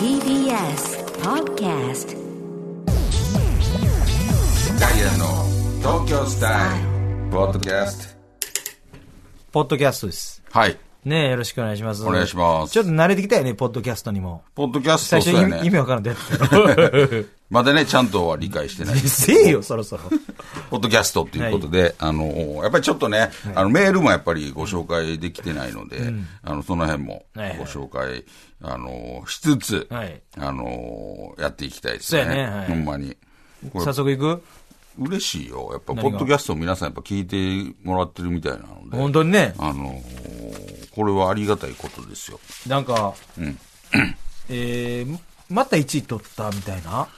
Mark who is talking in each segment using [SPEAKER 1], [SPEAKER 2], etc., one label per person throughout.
[SPEAKER 1] TBS Podcast
[SPEAKER 2] ダイアンの東京スタイルポッドキャス
[SPEAKER 3] ポッドキャストです。
[SPEAKER 2] トはい
[SPEAKER 3] ねえ、よろしくお願いします。
[SPEAKER 2] お願いします
[SPEAKER 3] ちょっと慣れてきたよね、ポッドキャストにも。
[SPEAKER 2] ポッドキャス
[SPEAKER 3] 最
[SPEAKER 2] ト
[SPEAKER 3] 初、
[SPEAKER 2] そう
[SPEAKER 3] 意
[SPEAKER 2] や
[SPEAKER 3] 味意味
[SPEAKER 2] ね
[SPEAKER 3] わからんで やって
[SPEAKER 2] まだねちゃんとは理解してない
[SPEAKER 3] た。せえよ、そろそろ。
[SPEAKER 2] ポッドキャストっていうことで、あのやっぱりちょっとね、あのメールもやっぱりご紹介できてないので、あのその辺も
[SPEAKER 3] はいはい
[SPEAKER 2] ご紹介あのしつつ、
[SPEAKER 3] はい
[SPEAKER 2] あのやっていきたいですね
[SPEAKER 3] そうやねはい
[SPEAKER 2] ほんまにこ
[SPEAKER 3] 早
[SPEAKER 2] れ
[SPEAKER 3] 速行く
[SPEAKER 2] 嬉しいよやっぱ
[SPEAKER 3] 何
[SPEAKER 2] ポ
[SPEAKER 3] が
[SPEAKER 2] ッドキャスト皆さんやっぱ聞いてもらってるみたいなので
[SPEAKER 3] 本当にね、
[SPEAKER 2] あのこれはありがたいことですよ
[SPEAKER 3] なんか、えー、また1位取ったみたいな。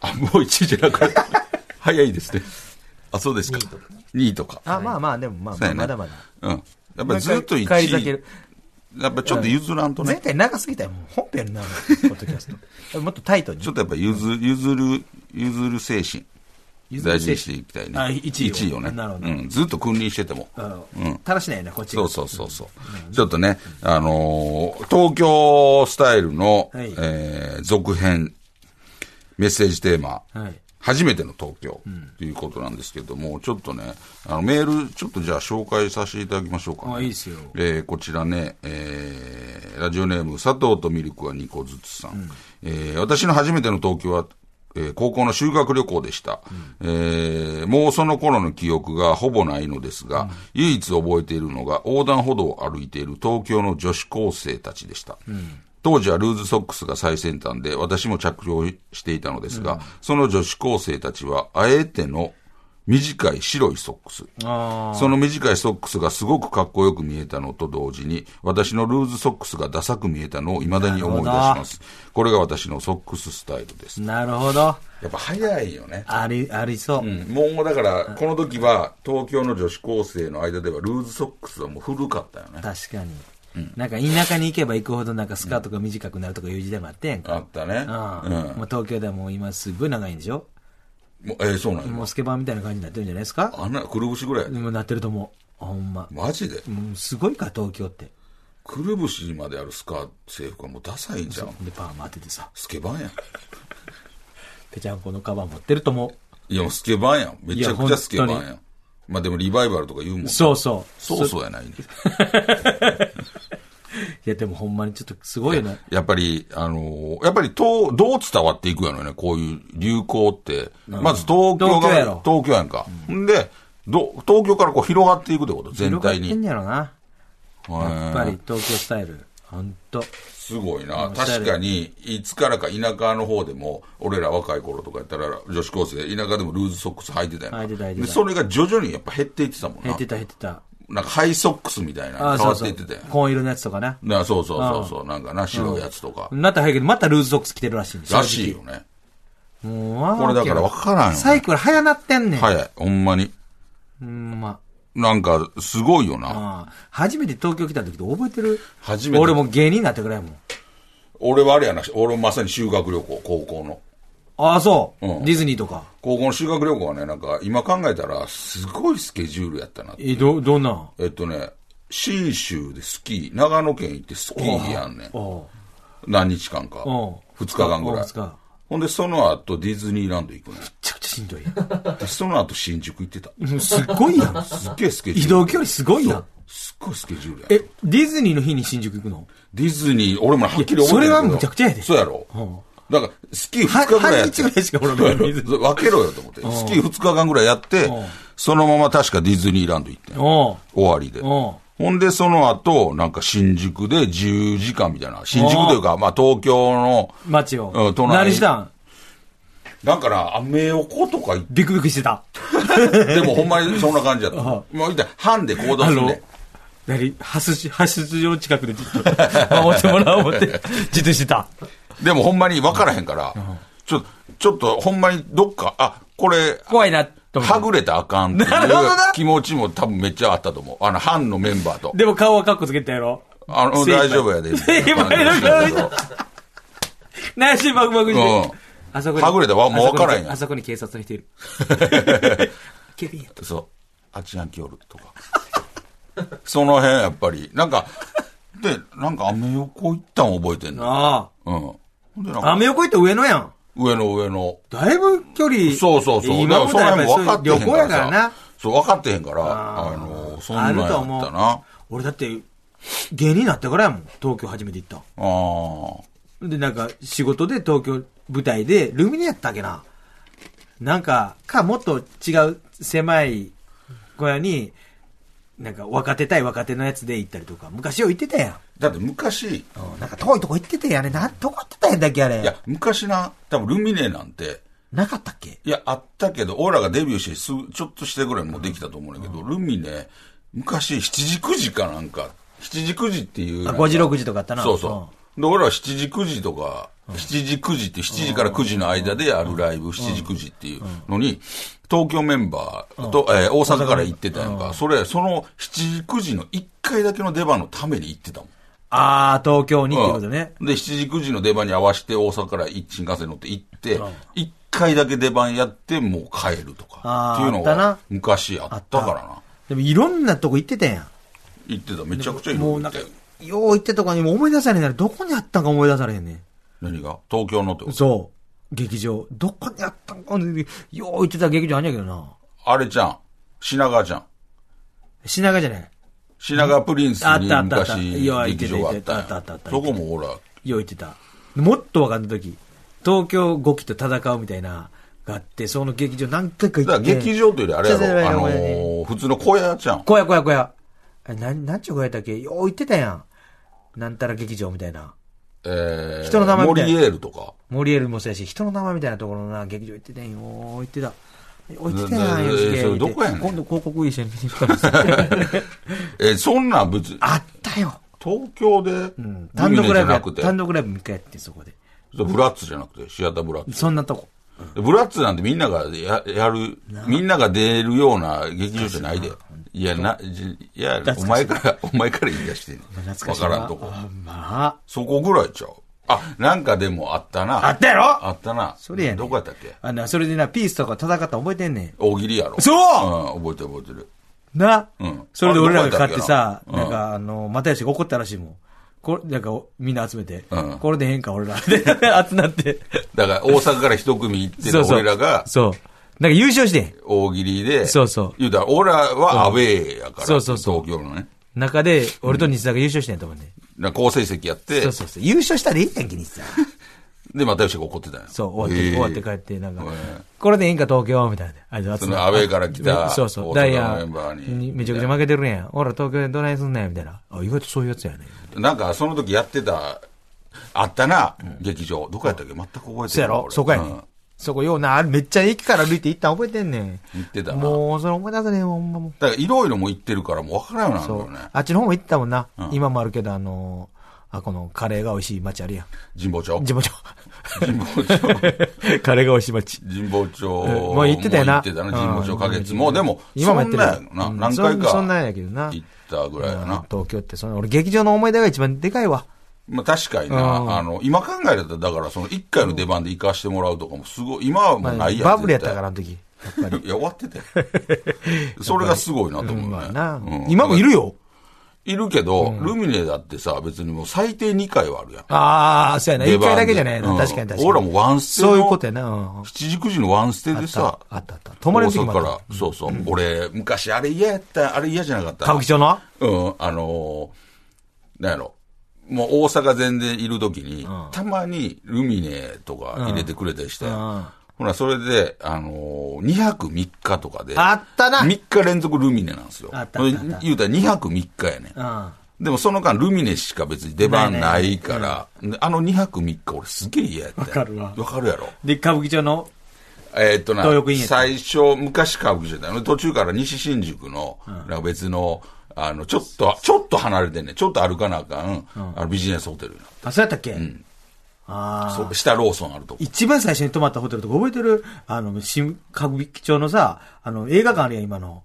[SPEAKER 2] あ、もう1位じゃなか った。早いですね。あ、そうですか。2位とか。
[SPEAKER 3] あ、まあまあ、でもまあ
[SPEAKER 2] そうや
[SPEAKER 3] まあ、
[SPEAKER 2] ね
[SPEAKER 3] まだまだ。
[SPEAKER 2] うん。やっぱりずっと1
[SPEAKER 3] もう一回帰り咲け
[SPEAKER 2] 位
[SPEAKER 3] る。
[SPEAKER 2] やっぱちょっと譲らんと
[SPEAKER 3] 前
[SPEAKER 2] ね。
[SPEAKER 3] 回長すぎたよ、もう本編になる、ポッドキャス ト。もっとタイトに。
[SPEAKER 2] ちょっとやっぱ譲る、譲る、譲る精神。
[SPEAKER 3] 譲る精神
[SPEAKER 2] 大事にしていきたいね。
[SPEAKER 3] あ一位を
[SPEAKER 2] 一をね。
[SPEAKER 3] なるほど
[SPEAKER 2] うん。ずっと君臨してても。
[SPEAKER 3] うん。楽しないよね、こっち
[SPEAKER 2] そうそうそうそう。ちょっとね、あのー東京スタイルの、
[SPEAKER 3] はい
[SPEAKER 2] えー続編、メッセージテーマ、
[SPEAKER 3] はい
[SPEAKER 2] 初めての東京ということなんですけども、ちょっとね、あのメール、ちょっとじゃあ紹介させていただきましょうか、ね。
[SPEAKER 3] あいいですよ
[SPEAKER 2] えーこちらね、えーラジオネーム、佐藤とミルクは2個ずつさん。えー私の初めての東京は、えー高校の修学旅行でした、えーもうその頃の記憶がほぼないのですが、唯一覚えているのが横断歩道を歩いている東京の女子高生たちでした。当時はルーズソックスが最先端で、私も着用していたのですが、その女子高生たちは、あえての短い白いソックス。
[SPEAKER 3] あ
[SPEAKER 2] その短いソックスがすごくかっこよく見えたのと同時に、私のルーズソックスがダサく見えたのを未だに思い出します。これが私のソックススタイルです
[SPEAKER 3] あ、。なるほど。
[SPEAKER 2] やっぱ早いよね。
[SPEAKER 3] あり、ありそう。
[SPEAKER 2] うんもうだから、この時は東京の女子高生の間ではルーズソックスはもう古かったよね。
[SPEAKER 3] 確かに。なんか田舎に行けば行くほどなんかスカートが短くなるとかいう時代もあってやんか。
[SPEAKER 2] あったね。
[SPEAKER 3] ああ
[SPEAKER 2] うん
[SPEAKER 3] もう東京ではもう今すごい長いんでしょ
[SPEAKER 2] もうえーそうなん
[SPEAKER 3] も
[SPEAKER 2] よ。
[SPEAKER 3] うスケバンみたいな感じになってるんじゃないですか
[SPEAKER 2] あんな、くるぶしぐらい。
[SPEAKER 3] もうなってると思う。ほんま。
[SPEAKER 2] マジで
[SPEAKER 3] もうすごいか、東京って。
[SPEAKER 2] くるぶしまであるスカート、制服はもうダサいんじゃん。
[SPEAKER 3] で、パーマ当ててさ、
[SPEAKER 2] スケバンやん。
[SPEAKER 3] ぺちゃんこのカバン持ってると思
[SPEAKER 2] いや、もうスケバンやん。めちゃくちゃスケバンや
[SPEAKER 3] いや
[SPEAKER 2] ん。まあでもリバイバルとか言うもん
[SPEAKER 3] う。
[SPEAKER 2] ね
[SPEAKER 3] そうそう。
[SPEAKER 2] そう
[SPEAKER 3] う。
[SPEAKER 2] そうやないね。
[SPEAKER 3] いや、でもほんまにちょっとすごいよね。
[SPEAKER 2] やっぱり、あのーやっぱりと、どう伝わっていくやろね、こういう流行って。まず東京
[SPEAKER 3] 東京や
[SPEAKER 2] が
[SPEAKER 3] ろ、
[SPEAKER 2] 東京やんか。んで、ど東京からこう広がっていくってこと、全体
[SPEAKER 3] 広がってん
[SPEAKER 2] に。
[SPEAKER 3] やろな。やっぱ
[SPEAKER 2] へ
[SPEAKER 3] り
[SPEAKER 2] ー
[SPEAKER 3] 東京スタイル。ほんと。
[SPEAKER 2] すごいな。
[SPEAKER 3] おしゃれ
[SPEAKER 2] 確かに、いつからか田舎の方でも、俺ら若い頃とかやったら、女子高生、田舎でもルーズソックス履いてたやんか。
[SPEAKER 3] 履いてた履いてた
[SPEAKER 2] でそれが徐々にやっぱ減っていってたもん
[SPEAKER 3] 減
[SPEAKER 2] な
[SPEAKER 3] って。た減ってた。
[SPEAKER 2] なんかハイソックスみたいな
[SPEAKER 3] あ
[SPEAKER 2] の
[SPEAKER 3] あ、
[SPEAKER 2] 変
[SPEAKER 3] そう
[SPEAKER 2] わって
[SPEAKER 3] そ
[SPEAKER 2] いうってたやん。。
[SPEAKER 3] 紺色のやつとかな。
[SPEAKER 2] なそうそうそうそう、なんかな、白いやつとか。
[SPEAKER 3] なったら早いけど、またルーズソックス着てるらしいんです
[SPEAKER 2] らしいよね。
[SPEAKER 3] もうわ
[SPEAKER 2] これだから分からんよね
[SPEAKER 3] サイクル早なってんねん。
[SPEAKER 2] 早い、ほんまに。
[SPEAKER 3] うん、ま
[SPEAKER 2] なんか、すごいよな。
[SPEAKER 3] あ。あ初めて東京来た時と覚えてる
[SPEAKER 2] 初めて
[SPEAKER 3] 俺もう芸人になってくらいもん。
[SPEAKER 2] 俺はあれやな、俺もまさに修学旅行、高校の。
[SPEAKER 3] ああ、そう、
[SPEAKER 2] うん
[SPEAKER 3] ディズニーとか。
[SPEAKER 2] 高校の修学旅行はね、なんか、今考えたら、すごいスケジュールやったな。
[SPEAKER 3] え、ど、どんなん
[SPEAKER 2] えっとね、信州でスキー、長野県行ってスキーやんねん。
[SPEAKER 3] おう
[SPEAKER 2] 何日間か
[SPEAKER 3] おう。
[SPEAKER 2] 二日間ぐらい
[SPEAKER 3] おう二日。
[SPEAKER 2] ほんで、その後、ディズニーランド行くね
[SPEAKER 3] めちゃくちゃしんどいや
[SPEAKER 2] ん。でその後、新宿行ってた。
[SPEAKER 3] ん。もうすっごいやん。
[SPEAKER 2] すっげえスケジュー
[SPEAKER 3] 移
[SPEAKER 2] ル。
[SPEAKER 3] 動距離すごいや。
[SPEAKER 2] そうんすっごいスケジュールや
[SPEAKER 3] え
[SPEAKER 2] え、
[SPEAKER 3] ディズニーの日に新宿行くの
[SPEAKER 2] ディズニー、俺もはっきり覚えてるけど
[SPEAKER 3] いやそれはむちゃくちゃやで
[SPEAKER 2] そうやろ。だから、スキー
[SPEAKER 3] は
[SPEAKER 2] 2日ぐらいやって
[SPEAKER 3] 半日ぐらいしか俺も見ず
[SPEAKER 2] そう分けろよと思って。スキー2日間ぐらいやって
[SPEAKER 3] ん、
[SPEAKER 2] そのまま確かディズニーランド行 ってん
[SPEAKER 3] おう
[SPEAKER 2] 終わりで。
[SPEAKER 3] お
[SPEAKER 2] ほんで、その後、なんか新宿で10時間みたいな。新宿というか、まあ東京の、
[SPEAKER 3] 街を。
[SPEAKER 2] うん隣
[SPEAKER 3] 何したん
[SPEAKER 2] なんかな、アメ横とか行っ
[SPEAKER 3] ビクビクしてた。
[SPEAKER 2] て、で もほんまにそんな感じやった。もう言ったら、班で行動
[SPEAKER 3] あ
[SPEAKER 2] する
[SPEAKER 3] の
[SPEAKER 2] ね。、
[SPEAKER 3] 何発出、発出場近くでじっと、守ってもらおう思って、じっとしてた。
[SPEAKER 2] でもほんまに分からへんから、ちょ、ちょっとほんまにどっか、あ、これ、
[SPEAKER 3] 怖いな、と思
[SPEAKER 2] は
[SPEAKER 3] って。
[SPEAKER 2] ぐれたらあかんっていう
[SPEAKER 3] なるほどな
[SPEAKER 2] 気持ちも多分めっちゃあったと思う。あの、班のメンバーと。
[SPEAKER 3] でも顔はカッコつけてたやろ。
[SPEAKER 2] あの、
[SPEAKER 3] 精一杯
[SPEAKER 2] 大丈夫 やで。
[SPEAKER 3] 精一杯の顔内心バクバクして。あそこに。
[SPEAKER 2] はぐれたわもう分からんやん
[SPEAKER 3] あそこにあそこに警察の人いる。 警備員やっ
[SPEAKER 2] うんそう。あっちやんきおるとか。その辺やっぱり、なんか、って、なんかアメ横行ったん覚えてんの。
[SPEAKER 3] あ
[SPEAKER 2] うん。ほんでなん
[SPEAKER 3] あ。ア
[SPEAKER 2] か、
[SPEAKER 3] メ横行って上野やん。
[SPEAKER 2] 上の上の。
[SPEAKER 3] だいぶ距離。
[SPEAKER 2] そうそうそう。
[SPEAKER 3] 今
[SPEAKER 2] だ
[SPEAKER 3] も
[SPEAKER 2] から
[SPEAKER 3] や
[SPEAKER 2] その
[SPEAKER 3] っぱ
[SPEAKER 2] 辺も分
[SPEAKER 3] り
[SPEAKER 2] かってへ
[SPEAKER 3] そうい
[SPEAKER 2] ん
[SPEAKER 3] う
[SPEAKER 2] か
[SPEAKER 3] 旅行やから
[SPEAKER 2] ら
[SPEAKER 3] な
[SPEAKER 2] さ。。そう、分かってへんから、
[SPEAKER 3] あ
[SPEAKER 2] あ
[SPEAKER 3] ー
[SPEAKER 2] の、そんなんや
[SPEAKER 3] あ
[SPEAKER 2] っ
[SPEAKER 3] る
[SPEAKER 2] た
[SPEAKER 3] と思う
[SPEAKER 2] な。
[SPEAKER 3] 俺だって、芸人になってからやもん。東京初めて行った。
[SPEAKER 2] ああ。
[SPEAKER 3] で、なんか、仕事で東京舞台で、ルミネやったっけな。なんか、か、もっと違う狭い小屋に、なんか、若手対若手のやつで行ったりとか、昔よう行ってたや
[SPEAKER 2] だって昔、
[SPEAKER 3] ん。なんか、遠いとこ行ってたやんあれ。なん、どこ行ってたやんだっけ、あれ。
[SPEAKER 2] いや、昔な、多分ルミネなんて、
[SPEAKER 3] なかったっけ
[SPEAKER 2] いや、あったけど、俺らがデビューしてすぐ、ちょっとしてぐらいもうできたと思うんだけど、ルミネ、昔、7時9時かなんか、7時9時っていう。
[SPEAKER 3] あ5時6時とかあったな
[SPEAKER 2] そうそう。で、俺ら7時9時とか、7時9時って7時から9時の間でやるライブ、7時9時っていうのに、東京メンバーと、えー大阪から行ってたやんか。それ、その7時9時の1回だけの出番のために行ってたもん。
[SPEAKER 3] あー、東京にってことね。
[SPEAKER 2] うんで、7時、9時の出番に合わせて、大阪から一新幹線乗って行って、一、回だけ出番やって、もう帰るとか
[SPEAKER 3] あー、
[SPEAKER 2] っていうの
[SPEAKER 3] あっ
[SPEAKER 2] が
[SPEAKER 3] たな、
[SPEAKER 2] 昔あったからな。
[SPEAKER 3] でも、いろんなとこ行ってたや
[SPEAKER 2] 行ってた、めちゃくちゃい
[SPEAKER 3] ん。
[SPEAKER 2] ろ
[SPEAKER 3] も、
[SPEAKER 2] いうろ
[SPEAKER 3] な
[SPEAKER 2] っ
[SPEAKER 3] んか
[SPEAKER 2] て。、
[SPEAKER 3] よう行ってたとかにも思い出されへんなら、どこにあったんか思い出されへんねん。
[SPEAKER 2] 何が東京のってこと
[SPEAKER 3] そう。劇場。どこにあったんか、よう行ってた劇場あんやけどな。
[SPEAKER 2] あれちゃん、品川ちゃん。
[SPEAKER 3] 品川じゃない。
[SPEAKER 2] 品川プリンス
[SPEAKER 3] あっ
[SPEAKER 2] に
[SPEAKER 3] たあったあった
[SPEAKER 2] 昔、
[SPEAKER 3] いや
[SPEAKER 2] 劇場があったやん
[SPEAKER 3] 行ってた行ってたあったあった
[SPEAKER 2] そこもほら、
[SPEAKER 3] よう行ってた。もっと若手の時、東京5期と戦うみたいな、があって、その劇場何回か
[SPEAKER 2] だか
[SPEAKER 3] 行
[SPEAKER 2] ら
[SPEAKER 3] って。
[SPEAKER 2] 劇場というよりあれや
[SPEAKER 3] ちょちょち
[SPEAKER 2] ろ、
[SPEAKER 3] ょ
[SPEAKER 2] あの
[SPEAKER 3] ごめんね
[SPEAKER 2] ー、普通の小屋ちゃん。
[SPEAKER 3] 小屋小屋小屋。あれなん、なんちゅう小屋やったっけよう行ってたやん。なんたら劇場みたいな。
[SPEAKER 2] えー、
[SPEAKER 3] 人の名前み
[SPEAKER 2] モ
[SPEAKER 3] た
[SPEAKER 2] リ
[SPEAKER 3] い
[SPEAKER 2] エールとか。
[SPEAKER 3] モリエルもそうやし、人の名前みたいなところのな、劇場行ってたんよ。行ってた。よう行ってたやん、
[SPEAKER 2] ええ
[SPEAKER 3] NHK
[SPEAKER 2] それどこやねん
[SPEAKER 3] 今度広告一緒に見に行くから。
[SPEAKER 2] えーそんなん別に、
[SPEAKER 3] あったよ。
[SPEAKER 2] 東京で、
[SPEAKER 3] 単独ライブ
[SPEAKER 2] じゃ
[SPEAKER 3] や
[SPEAKER 2] なくて、
[SPEAKER 3] 単独ライブ3回やって、そこで。
[SPEAKER 2] そうブラッツじゃなくて、シアターブラッツ。
[SPEAKER 3] そんなとこ。
[SPEAKER 2] ブラッツなんてみんながややる、みんなが出るような劇場じゃないで。いや、な、じいや、お前から、お前から言い出してんねん
[SPEAKER 3] 懐か
[SPEAKER 2] わ
[SPEAKER 3] しい
[SPEAKER 2] か
[SPEAKER 3] な
[SPEAKER 2] らんとこ。
[SPEAKER 3] あまあ。
[SPEAKER 2] そこぐらいちゃう。あ、なんかでもあったな。
[SPEAKER 3] あったやろ
[SPEAKER 2] あったな。
[SPEAKER 3] それやねん
[SPEAKER 2] どこやったっけ
[SPEAKER 3] あの、それでな、ピースとか戦ったの覚えてんねん。
[SPEAKER 2] 大喜利やろ。
[SPEAKER 3] そう
[SPEAKER 2] うん、覚えてる覚えてる。
[SPEAKER 3] な、
[SPEAKER 2] うん
[SPEAKER 3] それで俺らが勝ってさ、
[SPEAKER 2] あれど
[SPEAKER 3] な
[SPEAKER 2] こやったっけな
[SPEAKER 3] んかあの、又吉が怒ったらしいもん。これ、なんかおみんな集めて、
[SPEAKER 2] うん
[SPEAKER 3] これでへんか俺ら。で、 集まって。
[SPEAKER 2] だから大阪から一組行ってる俺らが
[SPEAKER 3] そう。なんか優勝してん。
[SPEAKER 2] 大喜利で、
[SPEAKER 3] そうそう
[SPEAKER 2] 言うたら、俺らはアウェーやから、
[SPEAKER 3] そうそうそう
[SPEAKER 2] 東京のね。
[SPEAKER 3] 中で、俺と西田が優勝してんと思うね、
[SPEAKER 2] なんか好成績やって、
[SPEAKER 3] そうそうそう。優勝したらいいやんけ、西田。
[SPEAKER 2] で、又吉が怒ってたんや。
[SPEAKER 3] そう、終わって、
[SPEAKER 2] えー
[SPEAKER 3] 終わって帰って、なんか、
[SPEAKER 2] ええ
[SPEAKER 3] これでええんか東京みたいな。あの
[SPEAKER 2] そのアウェーから来た
[SPEAKER 3] そうそ
[SPEAKER 2] 大阪
[SPEAKER 3] う。
[SPEAKER 2] の
[SPEAKER 3] ダイヤ
[SPEAKER 2] メンバーに
[SPEAKER 3] にめちゃくちゃ負けてるやん。ほら、東京でどないすんねんみたいな。あ、意外とそういうやつやね。
[SPEAKER 2] なんか、その時やってた、あったな、劇場。どこやったっけ全く覚えてない。
[SPEAKER 3] そうやろ
[SPEAKER 2] 俺
[SPEAKER 3] そこやね
[SPEAKER 2] うん
[SPEAKER 3] ん。そこような、あれめっちゃ駅から歩いて行ったん覚えてんねん。
[SPEAKER 2] 行ってたな。
[SPEAKER 3] もう、それ思い出せねえよ、ほんまもう。
[SPEAKER 2] だから、いろいろもう行ってるから、もう分からんようになる
[SPEAKER 3] そ
[SPEAKER 2] ん
[SPEAKER 3] う
[SPEAKER 2] だよね。
[SPEAKER 3] あっちの方も行ったもんな
[SPEAKER 2] うん。
[SPEAKER 3] 今もあるけど、あのー、あ、このカレーが美味しい街あるやん。
[SPEAKER 2] 神保町。
[SPEAKER 3] 地元。
[SPEAKER 2] 神保町。
[SPEAKER 3] カレーが美味しい街。
[SPEAKER 2] 神保町。
[SPEAKER 3] も う行ってたよな。
[SPEAKER 2] 行ってたな、神保町花月。もう、でも、
[SPEAKER 3] 今もやってる
[SPEAKER 2] そんなんやろな。何回か。
[SPEAKER 3] そんなんやけどな。
[SPEAKER 2] 行ったぐらいや
[SPEAKER 3] うん
[SPEAKER 2] な。
[SPEAKER 3] 東京って、その、俺劇場の思い出が一番でかいわ。
[SPEAKER 2] まあ確かに
[SPEAKER 3] うん
[SPEAKER 2] な、あの、今考えたら、だからその1回の出番で行かしてもらうとかもすごい、今はもうないやん
[SPEAKER 3] バブルやったから、あの時。
[SPEAKER 2] 絶 対いや、終わってたよ。 それがすごいなと思う
[SPEAKER 3] まあ
[SPEAKER 2] ね
[SPEAKER 3] な
[SPEAKER 2] うん。
[SPEAKER 3] 今もいるよ。
[SPEAKER 2] いるけど、ルミネだってさ、別にもう最低2回はあるやん。
[SPEAKER 3] ああ、そうやな。
[SPEAKER 2] 出
[SPEAKER 3] 一
[SPEAKER 2] 番
[SPEAKER 3] 回
[SPEAKER 2] で
[SPEAKER 3] だけじゃねえ
[SPEAKER 2] う
[SPEAKER 3] な。
[SPEAKER 2] ん
[SPEAKER 3] 確かに確かに。
[SPEAKER 2] 俺らもうワンステの
[SPEAKER 3] そういうことやな。うんうん
[SPEAKER 2] 7時9時のワンステでさ、
[SPEAKER 3] あったあったあった泊まれる時もあ
[SPEAKER 2] 大
[SPEAKER 3] った
[SPEAKER 2] 阪から、そうそう。俺、昔あれ嫌やった、あれ嫌じゃなかった。
[SPEAKER 3] 歌舞伎町の
[SPEAKER 2] うん、あのー、なんやろ。もう大阪全然いるときに、たまにルミネとか入れてくれたりして、
[SPEAKER 3] ん
[SPEAKER 2] ほら、それで、あのー、2泊3日とかで、
[SPEAKER 3] あったな
[SPEAKER 2] 3日連続ルミネなんですよ。
[SPEAKER 3] あったあったあった
[SPEAKER 2] ほんで言うたら2泊3日やねん。
[SPEAKER 3] うん。
[SPEAKER 2] でもその間、ルミネしか別に出番
[SPEAKER 3] な
[SPEAKER 2] ない
[SPEAKER 3] ね
[SPEAKER 2] いから、であの2泊3日俺すげえ嫌やったわ
[SPEAKER 3] わかるわ
[SPEAKER 2] わかるやろ。
[SPEAKER 3] で、歌舞伎町の、
[SPEAKER 2] えーっとな
[SPEAKER 3] 東横インやっ、た
[SPEAKER 2] 最初、昔歌舞伎町だよね。途中から西新宿の、なんか別の、あの、ちょっと、ちょっと離れてんねんちょっと歩かなあかん、あのビジネスホテルな
[SPEAKER 3] あ、そうやったっけあ
[SPEAKER 2] そ
[SPEAKER 3] あ。
[SPEAKER 2] う下ローソンあるとこ。
[SPEAKER 3] 一番最初に泊まったホテルとか覚えてるあの、新、歌舞伎町のさ、あの、映画館あるやん、今の。